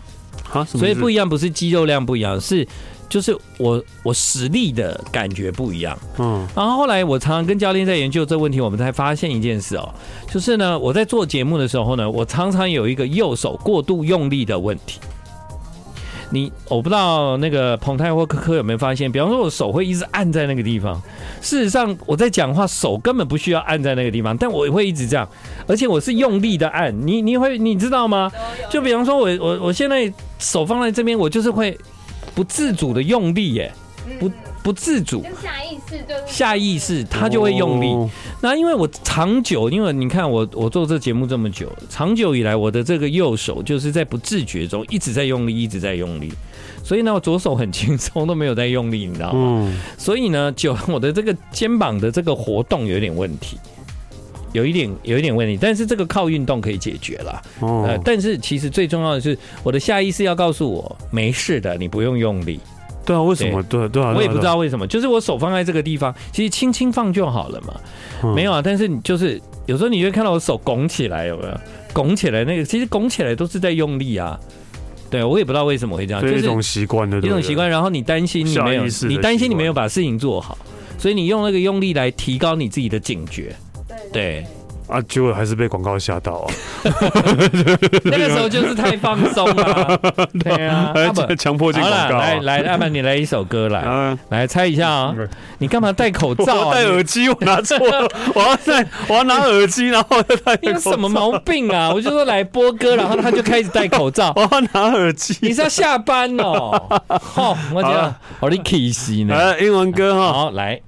Speaker 2: 啊，
Speaker 1: 所以不
Speaker 2: 一
Speaker 1: 一样不是肌肉量不一样，是就是我我实力的感觉不一样。
Speaker 2: 嗯
Speaker 1: 然后后来我常常跟教练在研究这问题，我们才发现一件事哦，就是呢，我在做节目的时候呢，我常常有一个右手过度用力的问题。你我不知道那个彭泰或科科有没有发现，比方说我手会一直按在那个地方。事实上，我在讲话手根本不需要按在那个地方，但我会一直这样，而且我是用力的按。你你会你知道吗？就比方说我我我现在手放在这边，我就是会不自主的用力耶，不不自主。
Speaker 6: 就下意识就是
Speaker 1: 下意识他就会用力。
Speaker 2: 哦
Speaker 1: 那因为我长久，因为你看我我做这节目这么久，长久以来我的这个右手就是在不自觉中一直在用力，一直在用力。所以呢，我左手很轻松，都没有在用力，你知道吗？
Speaker 2: 嗯，
Speaker 1: 所以呢，就我的这个肩膀的这个活动有点问题，有一点有一点问题，但是这个靠运动可以解决啦。呃
Speaker 2: 哦，，
Speaker 1: 但是其实最重要的是，我的下意识要告诉我，没事的，你不用用力。
Speaker 2: 对啊，为什么？对啊对啊，
Speaker 1: 我也不知
Speaker 2: 对啊，
Speaker 1: 道为什么，就是我手放在这个地方，其实轻轻放就好了嘛。
Speaker 2: 嗯
Speaker 1: 啊没有啊，但是你就是有时候你就会看到我手拱起来，有没有？拱起来那个，其实拱起来都是在用力啊。对，我也不知道为什么会这样，
Speaker 2: 这
Speaker 1: 啊就是
Speaker 2: 一种
Speaker 1: 一
Speaker 2: 习惯的，对不
Speaker 1: 种
Speaker 2: 对
Speaker 1: 习惯。。然后你担心你没有
Speaker 2: 下意识，的
Speaker 1: 你担心
Speaker 2: 习
Speaker 1: 你
Speaker 2: 惯
Speaker 1: 没有把事情做好，所以你用那个用力来提高你自己的警觉。对，
Speaker 2: 啊，结果还是被广告吓到啊！
Speaker 1: 那个时候就是太放松 了。对啊，
Speaker 2: 还
Speaker 1: 阿 本
Speaker 2: 强迫进
Speaker 1: 好
Speaker 2: 广
Speaker 1: 了，
Speaker 2: 告啊
Speaker 1: 来。来，阿本你来一首歌 来，
Speaker 2: 啊！
Speaker 1: 来猜一下 啊
Speaker 2: 嗯，
Speaker 1: 你干嘛戴口
Speaker 2: 我
Speaker 1: 罩
Speaker 2: 要
Speaker 1: 啊？
Speaker 2: 戴耳机，我拿错 了，我要戴，我要拿耳机，然后我要戴
Speaker 1: 你有
Speaker 2: 口
Speaker 1: 什么
Speaker 2: 罩，
Speaker 1: 毛病啊？我就说来播歌，然后他就开始戴口罩
Speaker 2: 我。要拿耳机。
Speaker 1: 你是要下班哦？ 吼，我
Speaker 2: 好哎
Speaker 1: 讲
Speaker 2: 了，
Speaker 1: 我的 k i s 呢？
Speaker 2: 来英文歌哈，
Speaker 1: 好，来，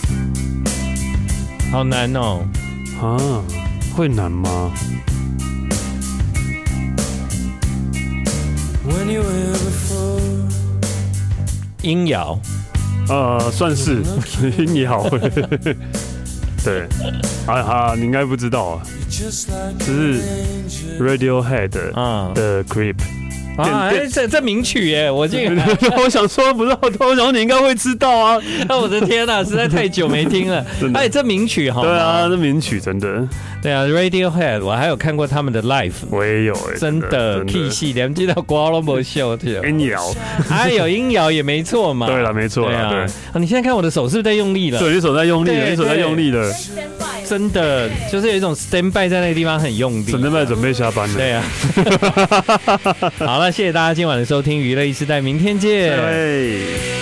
Speaker 1: 来。好难哦！
Speaker 2: 啊，会难吗？
Speaker 3: When you were before
Speaker 1: 音摇，
Speaker 2: 呃，算 是你好，对，啊哈，你应该不知道啊
Speaker 3: just like
Speaker 2: 这是 Radiohead
Speaker 1: 嗯，
Speaker 2: 的 Creep。
Speaker 1: 啊，哎这这名曲耶，我竟然，
Speaker 2: 我想说不知道，
Speaker 1: 哦
Speaker 2: 我想说你应该会知道啊。
Speaker 1: 我的天 呐，实在太久没听了
Speaker 2: 真。的
Speaker 1: 哎，这名曲好，
Speaker 2: 对啊，，这名曲真的
Speaker 1: 对啊，Radiohead，我还有看过他们的 Live，
Speaker 2: 我也有哎，
Speaker 1: 真的 K 系，连记到瓜都没秀的。
Speaker 2: 音摇，
Speaker 1: 哎，有音摇也没错嘛。
Speaker 2: 对了，没错
Speaker 1: 对
Speaker 2: 啦，
Speaker 1: 啊
Speaker 2: 对。
Speaker 1: 啊你现在看我的手是不是在用力了？
Speaker 2: 对，你手在用力了，
Speaker 1: 对
Speaker 2: 你手在用力了，
Speaker 1: 真的就是有一种 stand by 在那个地方很用力。
Speaker 2: 沈正麦准备下班了。
Speaker 1: 对啊。 好了，谢谢大家今晚的收听，娱乐一时代，明天见。
Speaker 2: 对。